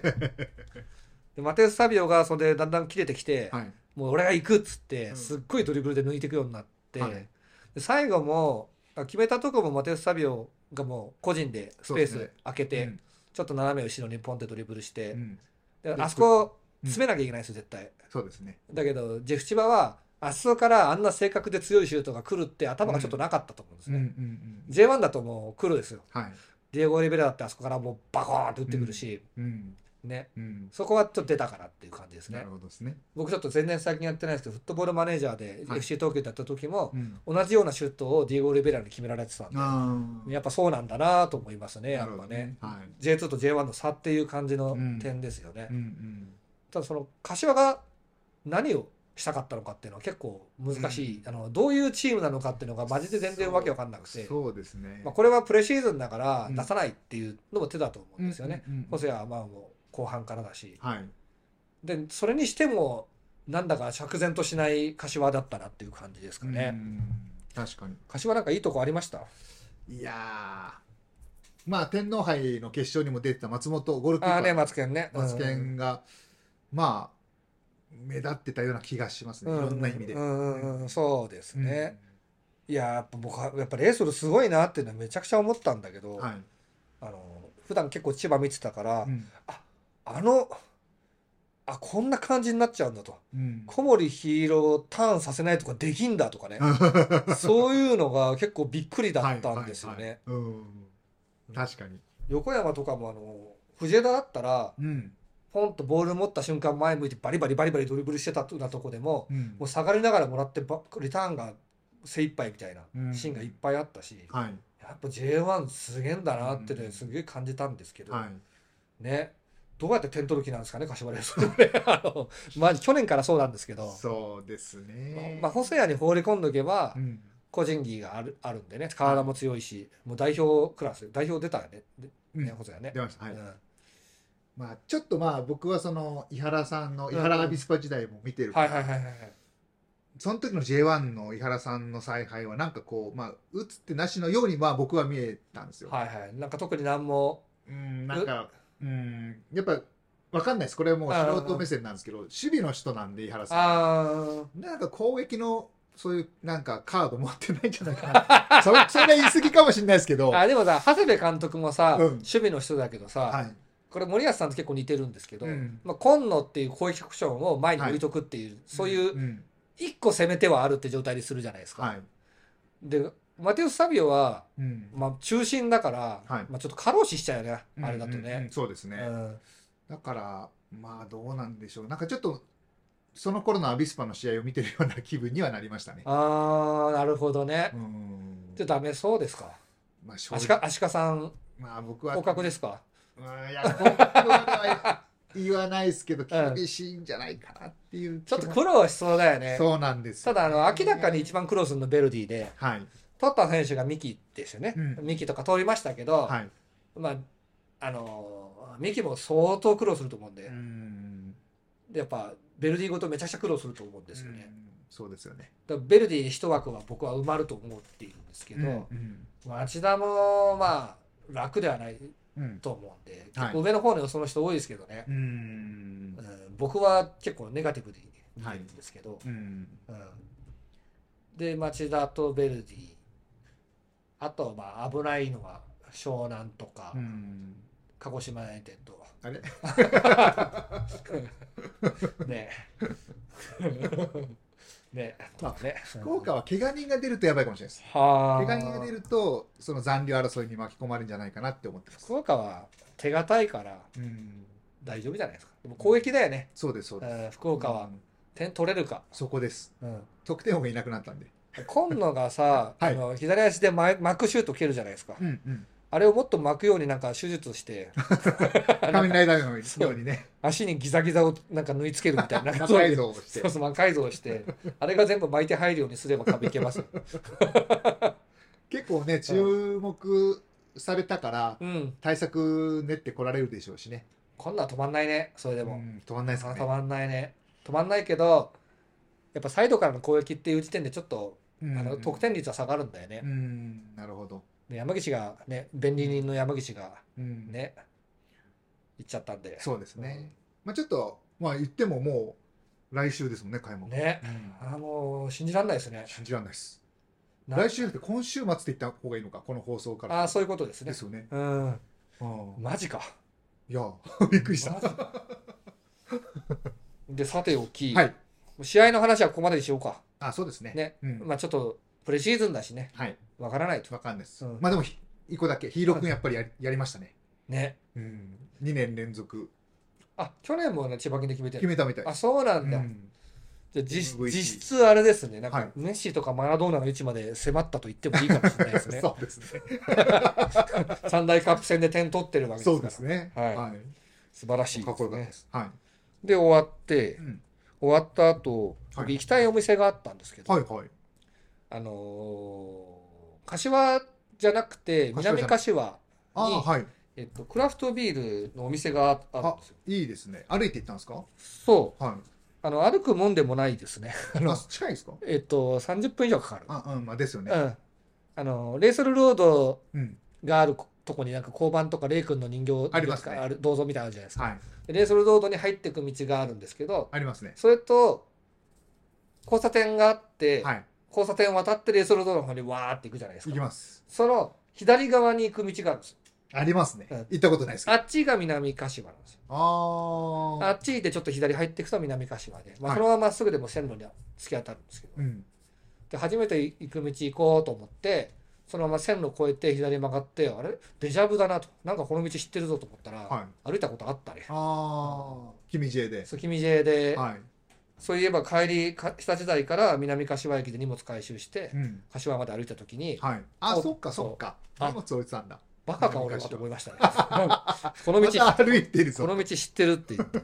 でマテウス・サビオがそれでだんだん切れてきて、
はい。
もう俺が行くっつって、
うん
すっごいドリブルで抜いていくようになって、
はい
で最後もあ決めたとこもマテウス・サビオがもう個人でスペー
そうです
ス
ね
開けて、
うん
ちょっと斜め後ろにポンってドリブルして、
うん。
で
で
あそこ
うん
詰めなきゃいけないんですよ絶対、
そうですね。
だけどジェフ千葉はあそこからあんな正確で強いシュートが来るって頭がちょっとなかったと思うんです
うん。
ね、
うん。うん。
J1 だともう来るですよ
はい。
ディエゴ・オリベラだってあそこからもうバコーンって打ってくるし、
うん。
ね
うん。
そこはちょっと出たからっていう感じです
な
ね
るほどですね。
僕ちょっと全然最近やってないですけどフットボールマネージャーで
はい
FC 東京でやった時も、
うん。
同じようなシュートをディエゴ・オリベラに決められてたんで、
ああ。
やっぱそうなんだなと思いますね、や
な
っ
るほ
ぱ
ど
ね。
はい。
J2 と J1 の差っていう感じの
うん
点ですよね。
うん。うん。
ただその柏が何をしたかったのかっていうのは結構難しい、あのどういうチームなのかっていうのがマジで全然わけわかんなくて、
そうですね。
まあ、これはプレシーズンだか
う
ら
ん
出さないっていうのも手だと思うんですよね。
うん。うんうん
細谷はまあもう後半からだし
はい。
でそれにしてもなんだか釈然としない柏だったなっていう感じですかね。
うん。確かに。
柏なんかいいとこありました
いやーまあ天皇杯の決勝にも出てた松本ゴールキー
あ
パ
あね、
ー、
マツケンね。
松健が、まあ目立ってたような気がします
う
ね、
ん、
いろんな意味で。
う
うん
んうんうん、そうですね。いや、やっぱ僕は、やっぱレイソルすごいなっていうのはめちゃくちゃ思ったんだけど、
はい
あの、普段結構千葉見てたから、
うん
あの、あ、こんな感じになっちゃうんだと。
うん
小森ヒーローをターンさせないとかできんだと かね。そういうのが結構びっくりだったんですよ
はいは
ね。
いはいうん、確かに。
横山とかもあの、藤枝だったら、
うん
ポンとボール持った瞬間前向いてバリバリバリバリドリブルしてたようなとこでも、
うん
もう下がりながらもらってばリターンが精一杯みたいなシーンがいっぱいあったし、
はい
やっぱ J1 すげえんだなって
う
ね
ん
すげえ感じたんですけど、
はい
ねどうやって点取る気なんですかね柏レイソルね あのまあ去年からそうなんですけど、
そうですね
まあ、細谷に放り込んどけば
うん
個人技があるあるんでね体も強いしもう代表クラス代表出たよねで
うん
ね細谷ね
出。ましたはい
うん
まあちょっとまあ僕はその井原さんの
うん
井原アビスパ時代も見てるか
はい
ら
はいはいはいはい。
その時の J1 の井原さんの采配はなんかこうまあ打つってなしのようにまあ僕は見えたんですよ
はいはい。なんか特に何も。
うんなんかうんやっぱわかんないですこれはもう素人目線なんですけど守備の人なんで井原さん
あ
なんか攻撃のそういうなんかカード持ってないんじゃないか なそれそれ言い過ぎかもしれないですけど
ー
はい
あ。でもさ、長谷部監督もさ、
うん
守備の人だけどさ、これ森保さんと結構似てるんですけど、
うん
まあ、今野っていう攻撃オプションを前に置いとくっていう、そういう
うん
一個攻め手はあるって状態にするじゃないですか。
はい
で、マテウス・サビオは、
うん
まあ、中心だから、
はい
まあ、ちょっと過労死しちゃうよね、あれだと
うんうんう
ね
ん。そうですね、
うん
だからまあどうなんでしょうなんかちょっとその頃のアビスパの試合を見てるような気分にはなりましたね
あー、なるほどね
う。ん
で、ダメそうですか。
まあ正
アシ
直
カアシカさん、
まあ僕は
降格ですか。
うんいや僕は言わない ですけど
うん
厳しいんじゃないかなっていう気
ちょ
も
っと苦労しそうだよね。
そうなんです
た
よ
だあの明らかに一番苦労するのベルディで
はい
取った選手がミキですよね、
うん
ミキとか通りましたけど、
はい
まああのミキも相当苦労すると思うんで,、
ん
でやっぱベルディごとめちゃくちゃ苦労すると思うんですよね、
うんそうですよね
だからベルディ一枠は僕は埋まると思っているんですけど、
うん
町田もまあ楽ではない
うん
と思うんで、
はい
結構上の方のその人多いですけどね
う、ん
うん僕は結構ネガティブで見てるんですけど、
うん
うんで町田とベルディあとまあ危ないのは湘南とか、
うん
鹿児島ナイテッド
あれ
ねえね
まあ
ね
福岡は怪我人が出るとやばいかもしれないです
はあ
怪我人が出るとその残留争いに巻き込まれるんじゃないかなって思ってます
福岡は手堅いから
うん
大丈夫じゃないですかでも攻撃だよね、
そうですそうです
うん福岡は
うん
点取れるか、
そこです
うん、
得点王がいなくなったんで
今野がさ、
はい
あの左足で前巻くシュート蹴るじゃないですか、
うんうん
あれをもっと巻くようになんか手 術して
仮面ライダーのよ
そう
うにね
足にギザギザをなんか縫い付けるみたいな なんか
魔改造をして
そうそう魔改造してあれが全部巻いて入るようにすれば壁い けますよ、
結構ね注目されたから
うん、
対策練ってこられるでしょうしね
こんなん止まんないねそれで
で
も、
止まんないですか
止
ね
まんないね止まんないけどやっぱサイドからの攻撃っていう時点でちょっと、
うん
あの得点率は下がるんだよね、
うんなるほど
で山岸がね便利人の山岸が
うん
ね行っちゃったんで
そうですねまあちょっとまあ言ってももう来週ですもんね開幕
ね
うん
あの信じらんないですね
信じられないです
な
来週じゃなくて今週末って言った方がいいのかこの放送から
ああそういうことですね
ですよね
うん
うん
マジか
いや びっくりした
マジかでさておき、
はい
試合の話はここまでにしようか
あそうですね
ね
うん
まあちょっとプレシーズンだしね
はい
わからないと
わかんないです
うん
まあでもひ一個だけヒーロー君やっぱりやりやりましたね
ね
うん2年連続
あ去年もね千葉県で決めて
決
る
めたみたい
あそうなんだ、
うん
じゃあ実
MVP
実質あれですねなん
は
か
い
メッシとかマラドーナの位置まで迫ったと言ってもいいかもしれないです ね
そうですね
三大カップ戦で点取ってるわけですから
そうですね
はい
はい
素晴らしい
か
で
っこ
す
よかった
ね
ですはい
で終わって
うん
終わった後、
はい
僕行きたいお店があったんですけど、
はいはい
あのー柏じゃなくて
柏じゃな
南
い
柏
ああ
に
はい
えっと、クラフトビールのお店がああるん
あ
ですよ。
いいですね歩いて行ったんですか
そう。
はい
あの、歩くもんでもないですね。 あの
あ、近いですか
えっと、30分以上かかる。
あうんまあですよ
う
ね
ん。あの、レイソルロード
うん
があるとこになんか交番とかレイ君の人形
ありますね
る銅像みたいなのあるじゃないですか。
はい
でレイソルロードに入っていく道があるんですけど、
ありますね
それと、交差点があって、
はい
交差点を渡ってレイソルロードの方にわーって行くじゃないです
行
か。
きます
その左側に行く道があるんですよ。
ありますね
うん
行ったことないですけど
あっちが南柏なんですよ。
あ
あ
ー
っちでちょっと左入っていくと南柏で、まあ、
はい
そのまままっすぐでも線路には突き当たるんですけど、
うん
で初めて行く道行こうと思ってそのまま線路越えて左に曲がってあれデジャブだなとなんかこの道知ってるぞと思ったら、
はい
歩いたことあったね
ああ君知恵で
そう君 J で
はい
そういえば帰りか日立台から南柏駅で荷物回収して
うん。
柏まで歩いた時に
はい。あ、
そう
そっかそっか。
あ
荷物置いてたんだ。
バカか俺はと思いましたねこの
ま
道
た歩いてる
こ
ぞ。
の道知ってるって言って、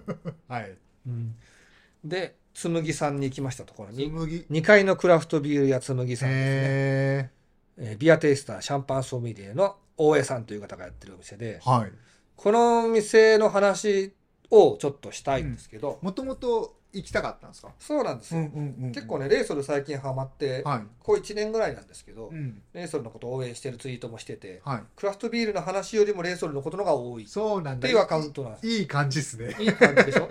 はい。
で紬さんに行きましたところ
紬
に2階のクラフトビール屋紬さんですね、
へ
えービアテイスターシャンパンソミリエの大江さんという方がやってるお店で
ーはい。
このお店の話をちょっとしたいんですけど、
もともと行きたかったんですか
そうなんですよ、
んうん
結構ねレイソル最近ハマって、
は
こう1年ぐらいなんですけど、
い。うん。
レイソルのことを応援してるツイートもしてて
はい。
クラフトビールの話よりもレイソルのことのが多いっ
そうなんだ。
ていうアカウントなんです
いい感じですね。
いい感じでしょ、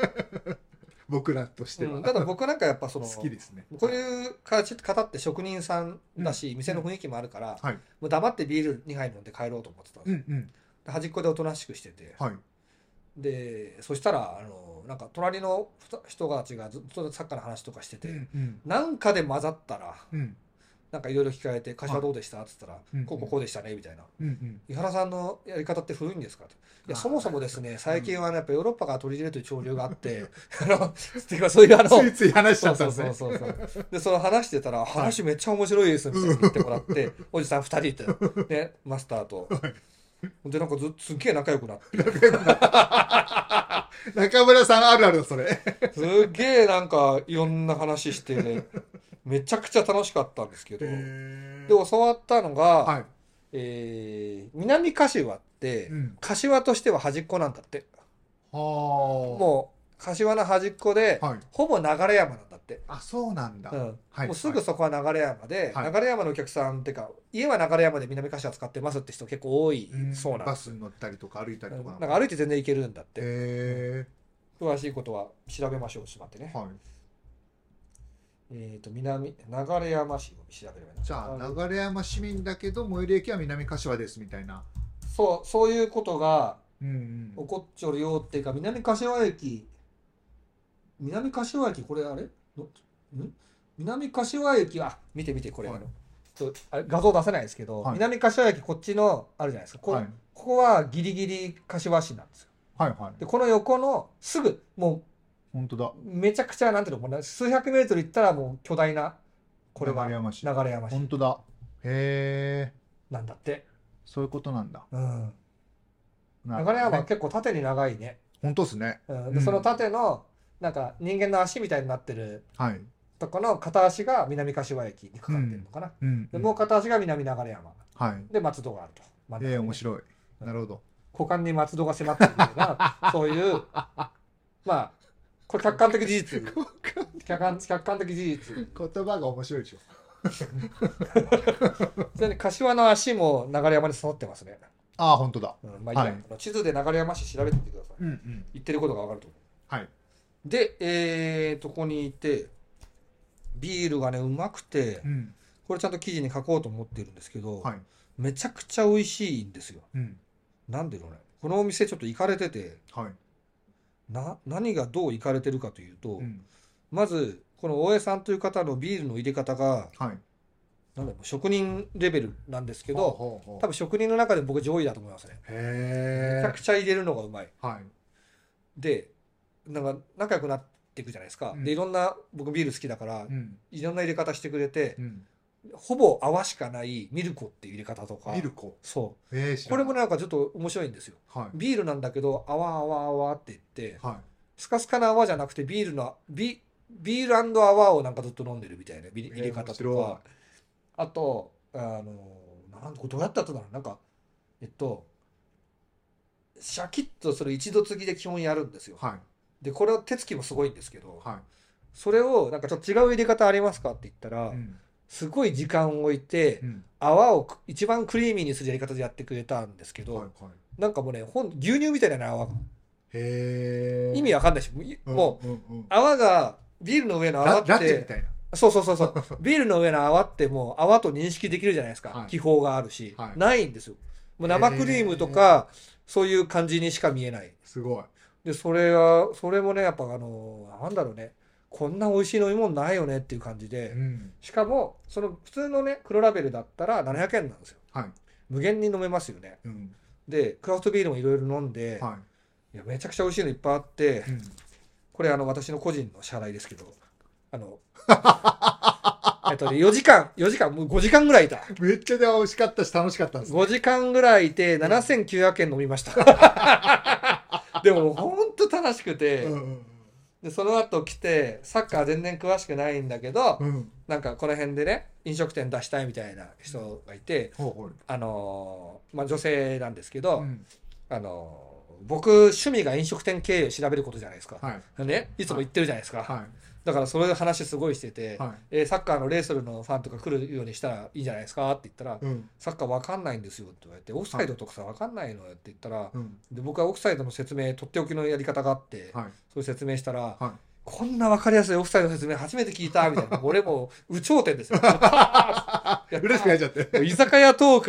僕らとして
う
は。
んただ僕なんかやっぱその
好きですね。
こういう形方って職人さんだし、店の雰囲気もあるから、
はい
もう黙ってビール2杯飲んで帰ろうと思ってたんです
う
よ、
んうん。
で端っこでおとなしくしてて、
はい。
でそしたらあのなんか隣の二人たちがずっとサッカーの話とかしてて、
うん。
なんかで混ざったら
うん
なんかいろいろ聞かれて「会社どうでした?」って言ったら
うん
「こうこうこうでしたね」みたいな
うんうん。
「井原さんのやり方って古いんですか?」と。いや
あー
そもそもですね最近はねやっぱヨーロッパから取り入れるという潮流があってあの っていうかそういうあの
ついつい話しちゃ
そう
った
そ
ん
う
です
そう
ね。
そうそう。で、その話してたら、話めっちゃ面白いですみたいに言ってもらって、おじさん二人と、ね、マスターと。で、なんかずっとすっげえ仲良くなって、
中村さんあるあるだそれ。
すっげえなんかいろんな話してね、めちゃくちゃ楽しかったんですけど、で、
で
教わったのが、
は
えー南柏っ
い。
て
う、ん。
柏としては端っこなんだって。
はあ。も
もう、柏の端っこで、
はい。
ほぼ流山なんだって。
あ、そうなんだ。
うん
は
もうすぐそこは流山で、
はい
流山のお客さんってか家は流山で南柏使ってますって人結構多い
うん
そうなん
バ
で
ス
す
に乗ったりとか歩いたり
う
と
ん
か
な
なんん
か歩いて全然行けるんだって、
へ
詳しいことは調べましょうしまってね
え、はい、
えっ、と南流山市を調べればいいな
じゃあ流山市民だけど最寄り駅は南柏ですみたいな、
そうそういうことが
うんう
起
ん、
こっちゃるよっていうか南柏駅南柏駅これあれのん南柏駅あ見て見てこれ、
はい
あのちょあれ画像出せないですけど、
はい
南柏駅こっちのあるじゃないですかこ,、
はい
ここはギリギリ柏市なんですよ
はいはい
でこの横のすぐも
本当だ
うめちゃくちゃなんていうのもう数百メートル行ったらもう巨大なこれは
流
流
山市
山市
本当だへえ
なんだって、
そういうことなんだ
うん、
な
流
るほどね
山は結構縦に長いね、
本当ですね
うん、
う
で
ん
その縦のなんか人間の足みたいになってる
はい、
とこの片足が南柏駅にかかってるのかな、
うん
でもう片足が南流山
はい
で松戸があると、まあ
ええ面白いなるほど
股間に松戸が迫ってるよ うなそういうまあこれ客観的事実 客観客観的事実
言葉が面白いでしょ
ちなみに柏の足も流山に沿ってますね。
ああ本当だ
うんまあいいや
はい
あの地図で流山市調べてみてください。
うんうん
言ってることがわかると思
はい、
う。で、えー、とこにいて、ビールがね、うまくて
う、ん
これちゃんと記事に書こうと思ってるんですけど、
はい
めちゃくちゃ美味しいんですよ。
うん
なんでだろうね。このお店ちょっと行かれてて、
はい
な何がどう行かれてるかというと、
うん
まず、この大江さんという方のビールの入れ方が、
はい
なんだろう、職人レベルなんですけ
け
ど、多分職人の中でも僕上位だと思いますね。めちゃ
へ
くちゃ入れるのがうまい。
えはい
でなんか仲良くなっていくじゃないですか、
うん
でいろんな僕ビール好きだから、
うん
いろんな入れ方してくれて
う、ん
ほぼ泡しかないミルコっていう入れ方とか
ミルコ
そ
ええ
う
知
こ
ら
れ
な
もなんかちょっと面白いんですよ
はい
ビールなんだけど泡泡泡って言って
は
スカスカな泡じゃなくてビールのビビール泡をなんかずっと飲んでるみたいなビ
い
リ入れ方
面
とか
白
あとあのなんこれどうやってやったんだろうなんかえっとシャキッとそれ一度継ぎで基本やるんです
い
よ
はい
でこれを手つきもすごいんですけど、
は
それをなんかちょっと違う入れ方ありますかって言った
い
ら、
うん
すごい時間を置いて、
うん
泡をく一番クリーミーにするやり方でやってくれたんですけど、
はいはい
なんかもうねほん牛乳みたいなね泡が
へえ
意味わかんないしもうい、
うん
も
うんうん
う泡がビールの上の泡
ラ
っ
ラテみ
て
たいな
そうそうそ うそうビールの上の泡ってもう泡と認識できるじゃないですか、
はい
気泡があるし、
はい
ないんですよもう生クリームとかそういう感じにしか見えない
すごい
でそれはそれもねやっぱあのなんだろうねこんな美味しい飲み物ないよねっていう感じで、
うん
しかもその普通のね黒ラベルだったら700円なんですよ
はい
無限に飲めますよね
うん
でクラフトビールもいろいろ飲んで、
はい
やめちゃくちゃ美味しいのいっぱいあって
いうん
これあの私の個人の支払いですけどあの、 えっとね、4時間、4時間、もう5時間ぐらいいた。
めっちゃで美味しかったし楽しかったんですね
5時間ぐらいいて、7900円飲みま した。でも、ほんと楽しくて
う、ん
で、その後来て、サッカー全然詳しくないんだけど
う、んうん
なんかこの辺でね、飲食店出したいみたいな人がいて、
ほうほう
あのーまあ、女性なんですけど、
うん
あのー僕、趣味が飲食店経営を調べることじゃないですか。
はい
ね、いつも言ってるじゃないですか。
は
だからそれで話すごいしてて、
いはい
えーサッカーのレーソルのファンとか来るようにしたらいいんじゃないですかって言ったら、
うん
サッカーわかんないんですよって言われて、オフサイドとかさ、わかんないのよって言ったら、
うん
で僕はオフサイドの説明、とっておきのやり方があって、
はい
そういう説明したら、
はい
こんなわかりやすいオフサイドの説明初めて聞いたみた いな、俺もう、有頂天ですよ。やった
嬉しくなっちゃって
もう居酒屋トー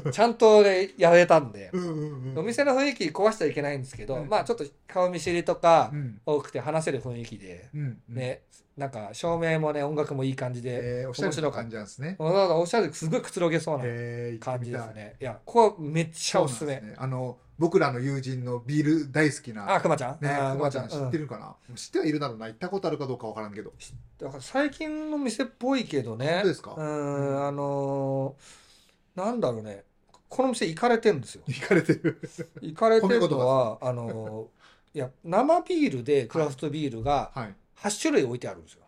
クをちゃんと、ね、やれたんで、
うんうんうん
お店の雰囲気壊しちゃいけないんですけど、
うん
まあちょっと顔見知りとか
うん
多くて話せる雰囲気で、
うんうん
ね、なんか照明もね、音楽もいい感じで、
えーおしゃれな感じなんですね
わざわざおしゃれですごいくつろげそうな
えー行っ
感
て
じ
み
で
たい
すね。いや、ここはめっちゃおすす
そうなん
め
で。ねあの僕らの友人のビール大好きな
あ、くまちゃん
ね
あー
くまちゃん知って
る、
るかな、知ってはいるだろうな行ったことあるかどうかわからんけ ど
うんだから最近の店っぽいけどね。
本当ですか
うん、あのーなんだろうね。この店行かれてんですよ。
行かれてる
行かれてるのは、あのーいや、生ビールでクラフトビールが
はい
8種類置いてあるんですよ。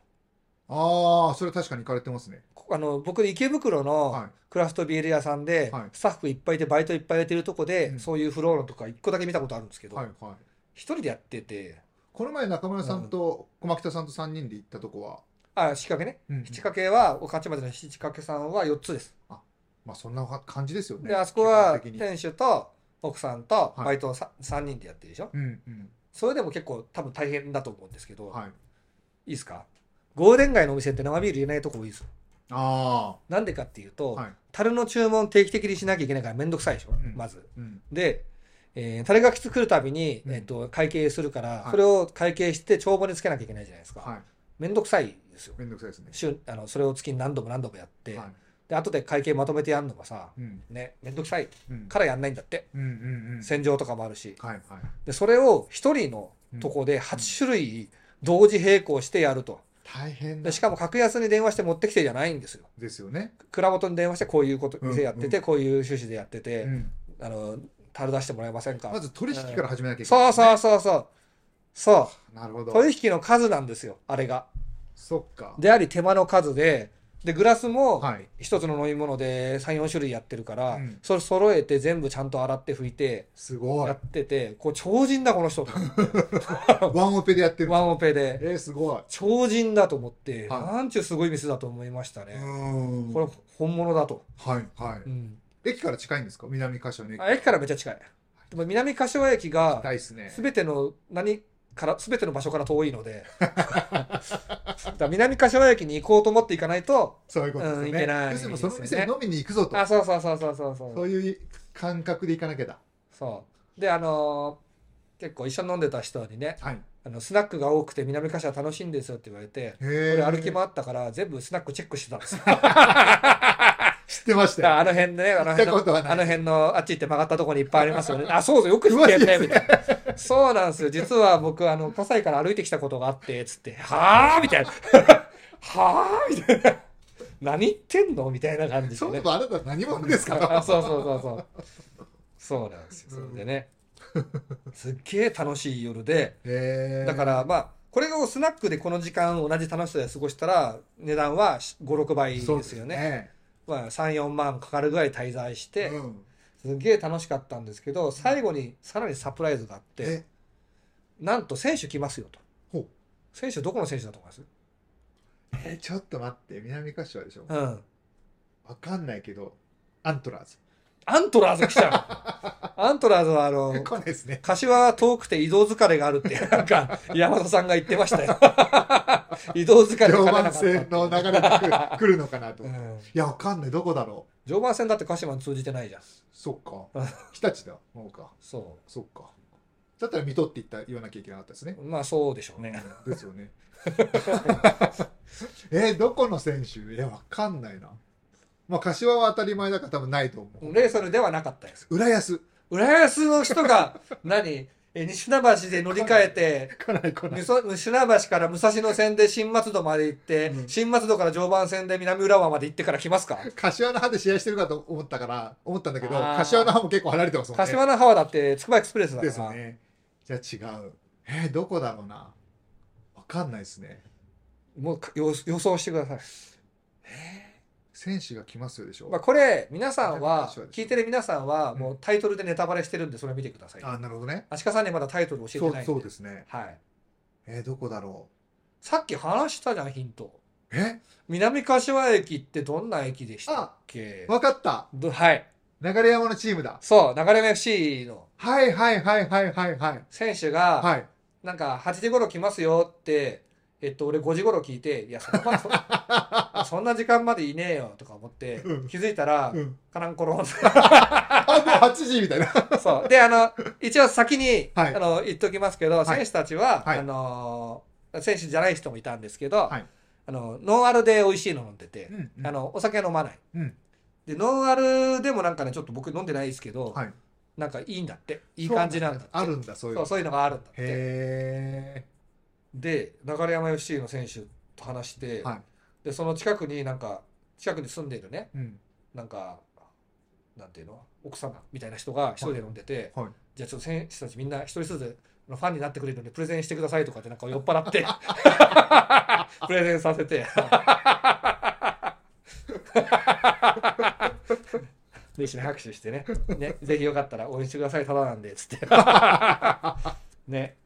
ああそれは確かに行かれてますね
こあの僕池袋
は
の
い
クラフトビール屋さんで、
はい
スタッフいっぱいでバイトいっぱいやってるとこで、
うん
そういうフローラとか1個だけ見たことあるんですけど、
はいはい
一人でやってて
この前中村さんと駒北さんと3人で行ったとこは、
あ仕掛けね
うん
仕掛けは御徒町の仕掛けさんは4つです、
まあそんな感じですよね
であそこは
基本的に
店主と奥さんと
い
バイト 3, 三人でやってるでしょ
うんうん
それでも結構多分大変だと思うんですけど、
はい
い、いですかゴールデン街のお店って生ビール入れないとこ多いですよ
あ
なんでかっていう
あ
と、
はい
樽の注文定期的にしなきゃいけないからめんどくさいでしょ、
うん
まず
うん
で、えー、タレが来るたびに、
うん
えっと会計するから、
はい
それを会計して帳簿につけなきゃいけないじゃないですか、
はい
めんどくさいですよ
めんどくさいですね
週あのそれを月に何度も何度もやって、
はい
で後で会計まとめてやるのがさ
うん
ねめんどくさい
うん
からやんないんだって、
うんうんうん
洗浄とかもあるし
はいはい
でそれを一人のとこで8種類同時並行してやると
大変だ
でしかも格安に電話して持ってきてじゃないんですよ
ですよね
蔵元に電話してこういうこと
うん
店やってて、こういう趣旨でやってて、
うん
あの樽出してもらえませんか、
まず取引から始めなきゃいけない
そう
です
そ
ね
うそうそうそう
なるほど
取引の数なんですよあれが
そっか
であり手間の数ででグラスも
はい
一つの飲み物で34種類やってるから、
うん
それ揃えて全部ちゃんと洗って拭いて
すごい
やっててこう超人だこの 人と
ワンオペでやってる
ワンオペで
えー、すごい
超人だと思って、
はい
なんちゅうすごい店だと思いました
う
ね、
ーん
これ本物だと、
はいは
うん、
い駅から近いんですか南柏の駅
あ駅からめっちゃ近いでも南柏駅が
近いっすね
全ての何から全ての場所から遠いので だから南柏駅に行こうと思って行かないと
そういうことですよね
うんいけない
要するにその店に飲みに行くぞと
あそうそうそうそうそうそう
そういう感覚で行かなきゃだ
そうであのー結構一緒に飲んでた人にね
はい
あのスナックが多くて南柏楽しいんですよって言われて
へえ
俺歩き回ったから全部スナックチェックしてたんですよ
知ってましたよ
あの辺でねあの辺
行ったことは
の
ない
あの辺のあっち行って曲がったとこにいっぱいあります よねあそうそうよく知ってるねみたいなそうなんですよ実は僕あの葛西から歩いてきたことがあってつってはあみたいな はあみたいな何言ってんのみたいな感じ
そ
で
も
ね
そもあなた何者ですか
あ
ら
そうそうそうそうそうなんですよそ
うん
れでねすっげえ楽しい夜で
へえ
だからまあこれをスナックでこの時間同じ楽しさで過ごしたら値段は56倍です
そう
よ
で
ね
すよね
まあ、34万かかるぐらい滞在して、
うん
すっげえ楽しかったんですけど最後にさらにサプライズがあって
え
なんと選手来ますよと
ほう
選手どこの選手だと思います
えちょっと待って南柏でしょ
うん
わかんないけどアントラーズ
アントラーズ来ちゃ うアントラーズはあの
来ないですね
柏は遠くて移動疲れがあるって、なんか、山田さんが言って ましたよ。移動疲れ
常
が
磐
なかったって
線の流れで来るのかなと
う
い
ん
やわかんないどこだろう
常磐線だって鹿島に通じてないじゃん。
そっか日立だもうか
そ
そっかだったら水戸って言った言わなきゃいけなかったですね
う。まあそうでしょうね。
うんですよ ね。えーどこの選手いや、わかんないな。まあ、柏は当たり前だから多分ないと思う。
レーソルではなかったです。
浦安。
浦安の人が、何えー西船橋で乗り換えて、
来ない来な
む
い。
そ西船橋から武蔵野線で新松戸まで行って、
うん
新松戸から常磐線で南浦和まで行ってから来ますか
柏の葉で試合してるかと思ったから、思ったんだけど、
あー
柏の葉も結構離れてますもんね。
柏の川だってつくばエクスプレスだから
ですよね。じゃあ違う。えーどこだろうな。わかんないですね。
もうか予予想してください、
選手が来ますよでしょ。
まあ、これ皆さんは
柏です
聞いてる皆さんはもうタイトルでネタバレしてるんでそれ見てください
あなるほどね。
足利さんにまだタイトル教えて
そ
ないん
う
で
そうですね。
はい、
えーどこだろ
さっき話したじゃんヒント
う。え
南柏駅ってどんな駅でしたっけ
わかった。
どはい
流山のチームだ。
そう流山 FC の
はいはいはいはいはいはい。
選手が、
はい。
なんか8時頃来ますよって、えっと、俺5時頃聞いて、いや、そんな、そ んそんな時間までいねえよとか思って
うん、
気づいたら
う、ん。
カランコロン っ
あ、もう8時みたいな。
てそう。で、あの、一応先に、あ
はい
の、言っときますけど、
い
選手たちは、
はい
あの、選手じゃない人もいたんですけど、
はい
あの、ノンアルで美味しいの飲んでて、
うん
あの、お酒は飲まない。
うん
で、ノンアルでもなんかね、ちょっと僕飲んでないですけど、
はい
なんかいいんだって。いい感じなんだって。
あるんだ、そういう
そ
の
う、。そういうのがあるんだって。
へ
で流山 FC の選手と話して、
はい
でその近くになんか近くに住んでるね
え。うん。
なんかなんていうの奥様みたいな人が一人で飲んでて、
はいはい
じゃあちょっと選手たちみんな一人ずつファンになってくれるのでプレゼンしてくださいとかってなんか酔っ払って プレゼンさせてで一緒に拍手してね ねぜひよかったら応援してくださいただなんでつってね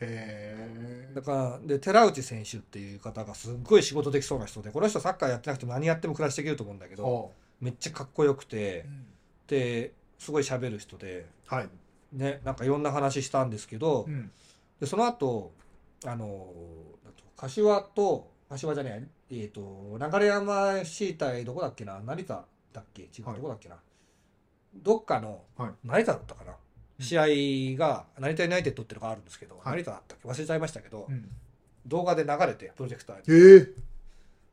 へえ
だ。からで寺内選手っていう方がすっごい仕事できそうな人でこの人サッカーやってなくても何やっても暮らしていけると思うんだけど
おう
めっちゃかっこよくてですごい喋る人で、
はい。
ね、なんかいろんな話したんですけど、
うん。
でその後あのなんと柏と柏じゃねえ、えー、と流山 FC 対どこだっけな成田だっけ違う、
はい
どこだっけなどっかの、
はい
成田だったかな、
うん
試合が成田ユナイテッドっていうのがあるんですけど、
はい
成田だったっけ忘れちゃいましたけど、
うん
動画で流れてプロジェクターに。
へえ。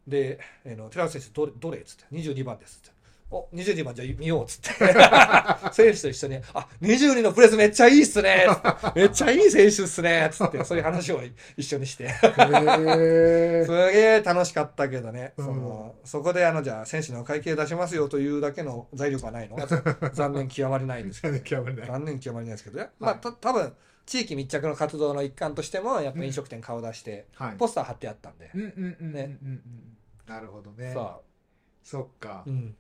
で、えの寺内選手どれ、どれっつって、22番ですっつって。お、22番じゃあ見ようっつって。 選手と一緒に、あ、22のプレスめっちゃいいっすねっつってめっちゃいい選手っすねっつって、そういう話を一緒に して。
へ
す
ー
げえ楽しかったけどね。そのそこで、あの、じゃあ選手の会計出しますよというだけの財力は ないの残念極まりないんですけど。
極まりない
残念極まりないですけど、まあ、た多分地域密着の活動の一環としても、やっぱ飲食店顔出して、
はい。
ポスター貼ってあったんで。
うんうんうんうんうん
ね
うん。なるほどね。
さ
そっか
あ、う。ん。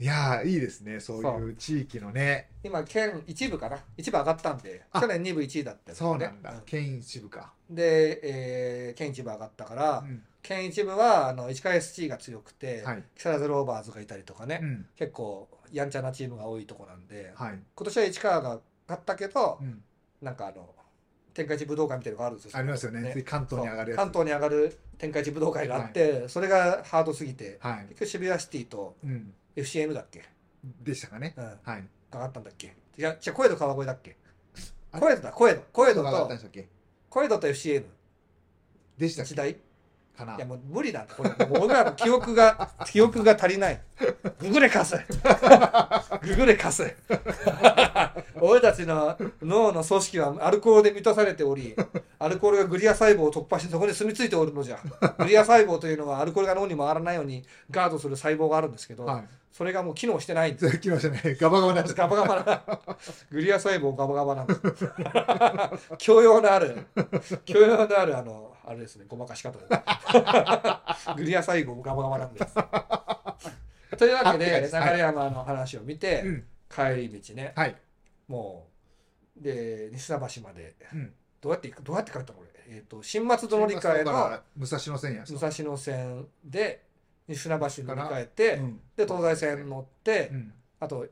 いやーいいですね。そういう地域のね。
今県一部かな一部上がったんで
あ
去年二部一位だったよね
そうなんだ
う。
県一部か。
で、えー県一部上がったから、
うん
県一部はあの市川 SG が強くて、
はい。
木更津ローバーズがいたりとかね、
うん。
結構やんちゃなチームが多いとこなんで、
はい。
今年は市川が勝ったけど、
うん
なんかあの天下一武道会みたいなのがあるんですよ
ありますよね。
ね
つい関東に上がるやつ。
そう関東に上がる天下一武道会があって、それがハードすぎて
はい。
結局渋谷シティと
うん。
FCN だっけ、
でしたかね。
うん、が
はい。
あったんだっけいや違う声と川越だっけ
あれ
声だ声だ声だ
どこが上がっ
と
たんでしたっけ
小江戸と FCN
でしたっ
日
け
大い
かな
や。もう無理だこれもう俺らの記憶が 記憶が足りないググ レかすググレかす俺たちの脳の組織はアルコールで満たされておりアルコールがグリア細胞を突破してそこに住み着いておるのじゃグリア細胞というのはアルコールが脳に回らないようにガードする細胞があるんですけど、
はい。
それがもう機能してないんです
続きましたね。ガバガバになっちゃった。
ガバガバな。グリア細胞ガバガバなんです。 教養のある、教養のある、あの、あれですね、ごまかし方で グリア細胞ガバガバなんです。というわけ
あ了解
で
で、すはい
流山の話を見て、
うん
帰り道ね、
はい。
もう、で、西田橋まで、
うん
どうやって行く、どうやって帰ったの俺。えっ、と、新松戸乗り換え
だか
の
ら武蔵野線やし
武蔵野線で、西船橋乗り換え
う
て、
ん
で、東西線乗って
う、ん
あと、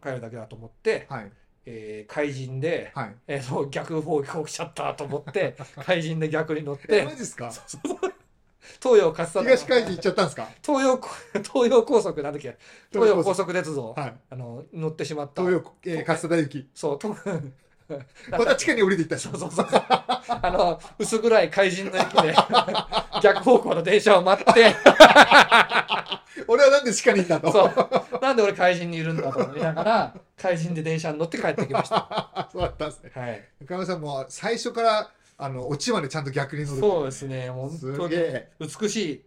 帰るだけだと思って、
はい
えー、怪人で、
はい
えー、そう逆方向来ちゃったと思って、 怪人で逆に乗っ
え
て
マジ、ですか
東洋勝田
東海岸行っちゃったんですか
東洋こ、 東洋高速なんだっけ東洋高速鉄道、
はい
あの、乗ってしまった。
東洋えー勝田大雪
そう、東
また地下に降りていったし
そうそう そうそう。あの、薄暗い怪人の駅で、 逆方向の電車を 待って、
俺はなんで地下にいたの
そう。なんで俺怪人にいるんだと思いながら、帰最新で電車に乗って帰ってきました。
あそうだったんですね。
はい。
中村さんも最初から、あの、オチまでちゃんと逆に乗る。
そうですね。本
す
当
げ
に
え、
美しい、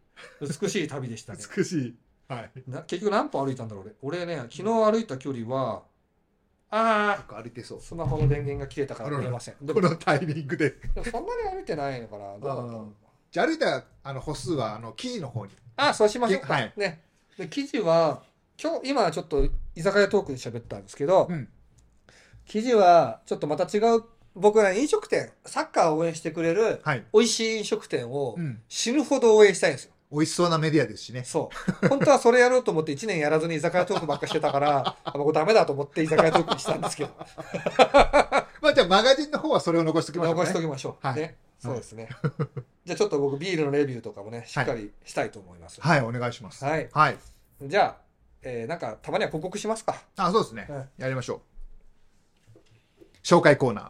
美しい旅でしたね。
美しい。はい。
な結局何歩歩いたんだろう俺。俺ね、昨日歩いた距離は、あ
なんか歩いてそう
あ、。スマホの電源が切れたから
あらら
見えません。で
こ
も
のタイミングで。
でもそんなに歩いてないのかな。どうだったの
じゃあ歩いた、あの、歩数は、あの、キーの方に。
あ、そうしましょうか。
はい
ね。で、記事は、今日、今ちょっと居酒屋トークで喋ったんですけど、
うん。
記事はちょっとまた違う、僕ら飲食店、サッカーを応援してくれる
はい。
美味しい飲食店を
うん。
死ぬほど応援したいんですよ。
美味しそうなメディアですしね。
そう。本当はそれやろうと思って1年やらずに居酒屋トークばっかして たから、あもうダメだと思って居酒屋トークにしたんですけど、
まあ、じゃあ、マガジンの方はそれを残しておきましょうか
残
ね。
しておきましょう。
はい
ね。そうですね。 じゃあちょっと僕ビールのレビューとかもね、しっかりしたいと思います。
はい、お願いします。
はい。
はい。
じゃあ、えーなんかたまには広告しますか。
あ、そうですね
はい。
やりましょう。紹介コーナー。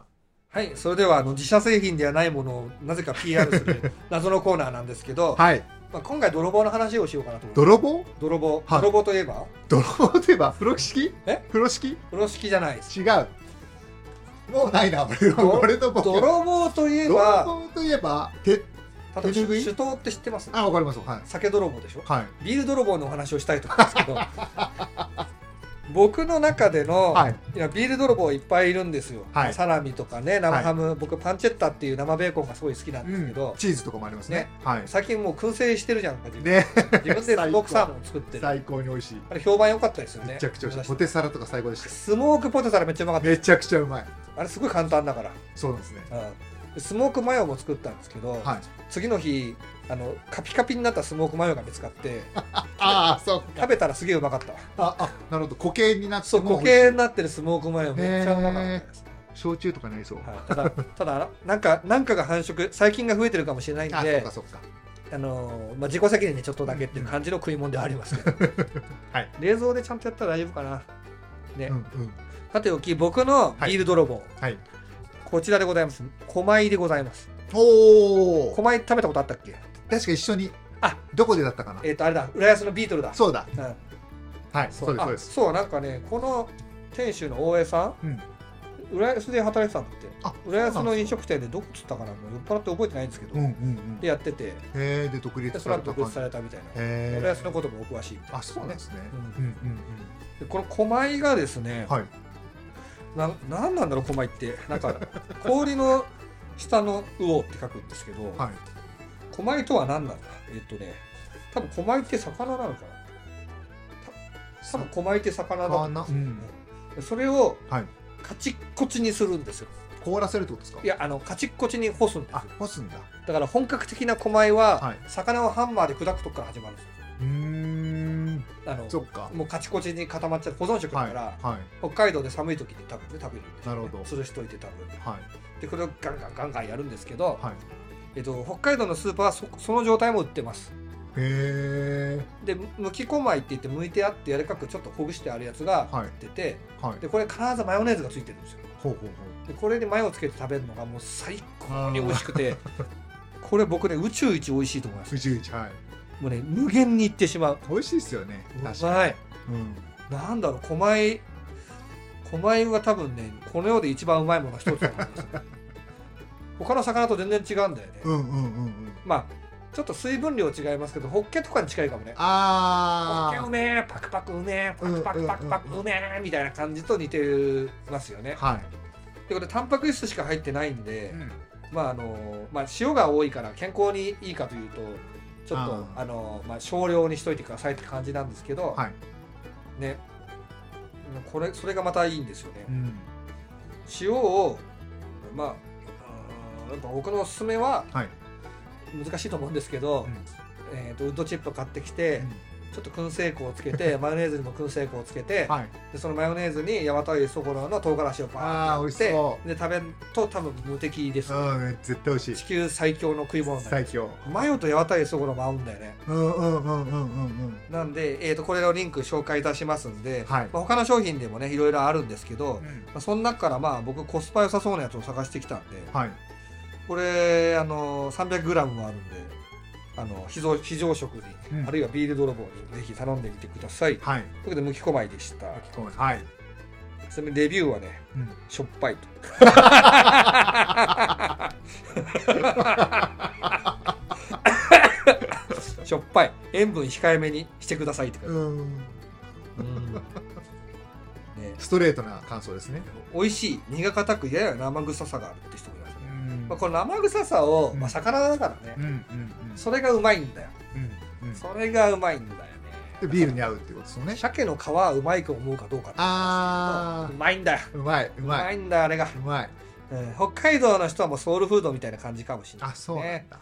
はい、それではあの自社製品ではないものをなぜか PR する 謎のコーナーなんですけど、
はい。
まあ、今回泥棒の話をしようかなと思います。
泥棒
泥棒、
はい
泥棒といえば
泥棒といえば、風呂敷
え
風呂敷
風呂敷じゃないです。
違う。もうないな、俺
ど
の、俺のボケ
泥棒といえ
泥
ば、
棒といえば、て、
例えば
手拭い
酒盗って知ってます
あ、わかります。はい。
酒泥棒でしょ
はい。
ビール泥棒のお話をしたいと思うんです けど僕の中での、
はいい、
やビール泥棒いっぱいいるんですよ、
はい
サラミとかね生ハム、僕パンチェッタっていう生ベーコンがすごい好きなんですけど、
チーズとかもありますね
ね。
はい。
最近もう燻製してるじゃんか自分
ね、
自分でスモークサーモン作ってる
最高に美味しい。
あれ評判良かったですよね
めちゃくちゃ美味しい。
私
ポテサラとか最高でし
スモークポテサラめっちゃうまか
た。
っ
めちゃくちゃうまい。
たあれすごい簡単だから、
そうなんですね。
うんでスモークマヨも作ったんですけど、
はい。
次の日あのカピカピになったスモークマヨが見つかって
ああ、そうか。
食べたらすげえうまかったわ
あ、あ、なるほど。固形になって
そう
も
固
美味しい
形になってるスモークマヨめっちゃうまかったです、
焼酎とかになりそう。
はい、ただただなんかなんかが繁殖細菌が増えてるかもしれないん
あ、そっ
で
か
あ
そっか。
のー、まあ、自己責任にちょっとだけっていう感じの食い物ではありますけど、
はい
冷蔵でちゃんとやったら大丈夫かなね、
うんうん。
さておき僕のビール泥棒、
はい。
こちらでございます狛江でございます
おお。
狛江食べたことあったっけ
確か一緒に。
あ、
どこでだったかな。
えっ、とあれだ浦安のビートルだ
そうだ。
うん
はい。そうですそうです。
あそうなんかねこの店主の大江さ
う
ん、
ん
浦安で働いてたんだって
あ、
浦安
そうなん
の
で
飲
すか
食店でどこっつったかなもう酔っ払って覚えてないんですけど、
うんうんうん。
で
へ
やってて
え、で独
で
立
そ
さ
の
れ
後
た
独立
感じ。
されたみたいな、
へ
浦安の
え。
こともお詳しいみたいな
あ、そうなんですね。
う
うんんうん
でこの狛江がですね
うん。、はい。
ななんなんだろう狛江ってなんか氷の下の魚って書くんですけど、
はい。
狛江とは何なんだえっとね多分狛江って魚なのかな多分狛江って魚だと思うんですよねそれを
はい
カチッコチにするんですよ
凍らせるってことですか
い。やあのカチッコチに干すんですよ
あ、干すんだ。
だから本格的な狛江は、
はい
魚をハンマーで砕くとこから始まるんですよ
うーん。
あの
そっか。
もうカチコチに固まっちゃって保存食だ
は
か
い。
ら、
はい。
北海道で寒い時に多分ね食べるんですよ、
な
ね、
るほど
吊るしといて食べる
はい。
でこれをガンガンガンガンやるんですけど、
はい。
えっと、北海道のスーパーはそその状態も売ってます
へえ。
でむきこまいって言って剥いてあって柔らかくちょっとほぐしてあるやつが
はい
売ってて、
はい。
でこれ必ずマヨネーズがついてるんですよ
ほうほうほう。
でこれでマヨをつけて食べるのがもう最高に美味しくて これ僕ね宇宙一美味しいと思います
宇宙一。はい。
もうね無限にいってしまう
美味しいっすよね。
う
確か
まい
に。うん。
なんだろう狛江狛江は多分ねこの世で一番うまいものの一つだと思います 他の魚と全然違うんだよね、
うんうんうんうん。
まあちょっと水分量違いますけどホッケとかに近いかもねホッケ
あ
うめえパクパクうめえパクパクパクパクうめえみたいな感じと似てますよね
あ。は
でこれタンパク質しか入ってないんで、
い。うん
まああのまあ、塩が多いから健康にいいかというとちょっと
あ
あの、まあ、少量にしといてくださいって感じなんですけど、
はい。
ねこれそれがまたいいんですよね、
うん。
塩をまあうーんやっぱ僕のおすすめは
はい。
難しいと思うんですけど、
うん
えー、とウッドチップ買ってきて、ちょっと燻製粉をつ けてマヨネーズにも燻製粉をつけて、
はい。
でそのマヨネーズにヤマトイソコラの唐辛子をバー
あー
ン
美
っ
味して
やっ
そ
てで食べると多分無敵です、
うん、絶対美味し
地
い。
球最強の食い物になる
最強。
マヨとヤマトイソコラも合うんだよね
うんうんうんうんうんうん。
なんで、えー、とこれのリンク紹介いたしますんで、
はい
まあ、他の商品でもねいろいろあるんですけど、まあ、その中からまあ僕コスパ良さそうなやつを探してきたんで
はい。
これあの 300g もあるんであの非常非常食に、
うん
あるいはビール泥棒にぜひ頼んでみてください
はい。
ということでむきこまいでした
炊き込むはい。
ちなみにレビューはね、
うん
しょっぱいと。しょっぱい。塩分控えめにしてくださいって書いて
うん
ある。うんね、
ストレートな感想ですね
美味しい、苦が固く、やや生臭さがあるって人もいますね。
ん
まあ、この生臭さを、
うん
まあ、魚だからね、
うんうんうん
それがうまいんだよ。
うんうん
それがうまいんだよね。
でビールに合うってことですよね
鮭の皮はうまいと思うかどうかって
あ
うまいんだよ。
ーうまいう
う
ま
ま
い
いんだよ、あれが。
うまい
うん北海道の人はもうソウルフードみたいな感じかもしれない
あ
です
そうなん
ね。
だ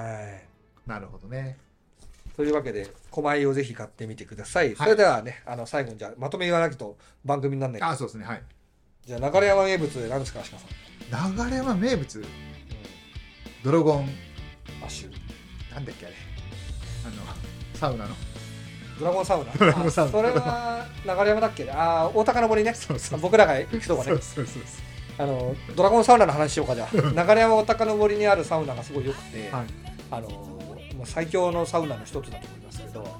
はい。
なるほどね
というわけで、狛江をぜひ買ってみてください。それではね、あの、最後にじゃあ、まとめ言わなきゃと番組になんないから
あそうですねはい
じゃあ、流山名物何ですか、足利さん。
流れは名物ドラゴン
アッシュ。
なんだっけあれあのサウナの
ドラゴンサウ ナ。
ドラゴンサウナ
あそれは、流山だっけああ、大高の森ね。
そうそう
僕らが行くとこ
そ
ね
う。そうそうそ
あの、ドラゴンサウナの話しようか、じゃあ。流山大高の森にあるサウナがすごい良くて、
うはい
あのもう最強のサウナの一つだと思いますけ ど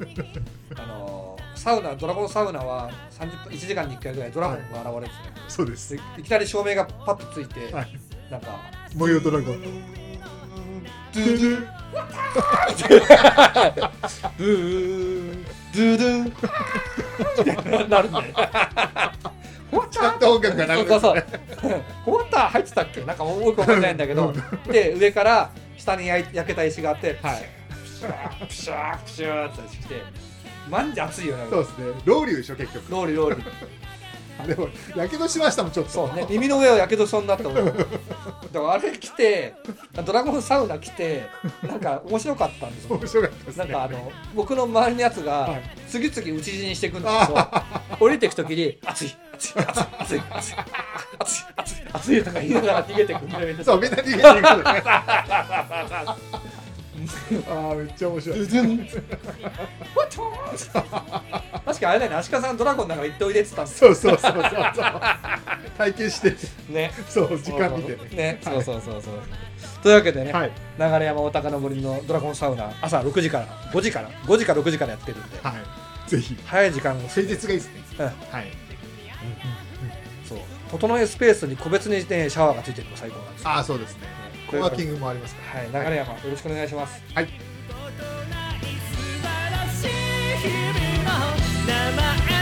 あのサウナドラゴンサウナは30分1時間に1回ぐらいドラゴンが現れてて
そうです、
でいきなり照明がパッとついて、
はい、
なんか
模様ド ラゴン
ドゥドゥドゥドゥドゥって なるんだよ。終わっ
ちゃんと音楽が流れてる
そうそう終わった入ってたっけなんかもう一個覚えてないんだけど、で上から下に焼い焼けた石があって、
はい
プシュープシュープシューってしてきてマジで熱いよね
そうですねロウリュでしょ結局
ローリローリ
あれはやけどしましたもんちょっと
そうね耳の上をやけどしそうになったもんだからあれ来てドラゴンサウナ来てなんか面白かったんですよ
面白かったです
な
ね
んかあの僕の周りのやつ
は
が
い
次々打ち死にしていくんだけど降りてく時に「熱い熱い熱い熱い熱い熱い熱い熱い」とか言いながら逃げてくんだよ
そうみんな逃げていくのねああめっちゃ面白い
確かあれだよね足利さんドラゴンだから行っておいでって言ったんです
そうそうそうそうそう体験して
ね
そう時間見てね
ねそうそうそうそうというわけでね、
はい
流山お高の森のドラゴンサウナ朝6時から5時から5時か6時からやってるんで
はいぜひ
早い時間を
平日がいいですね
うん
はい
そう整えスペースに個別に、ね、シャワーがついてるのが最高なんですよ
ああそうですねコワーキングもありますから
はい、流山、よろしくお願いします。
はい
ことない素晴らしい日々の名前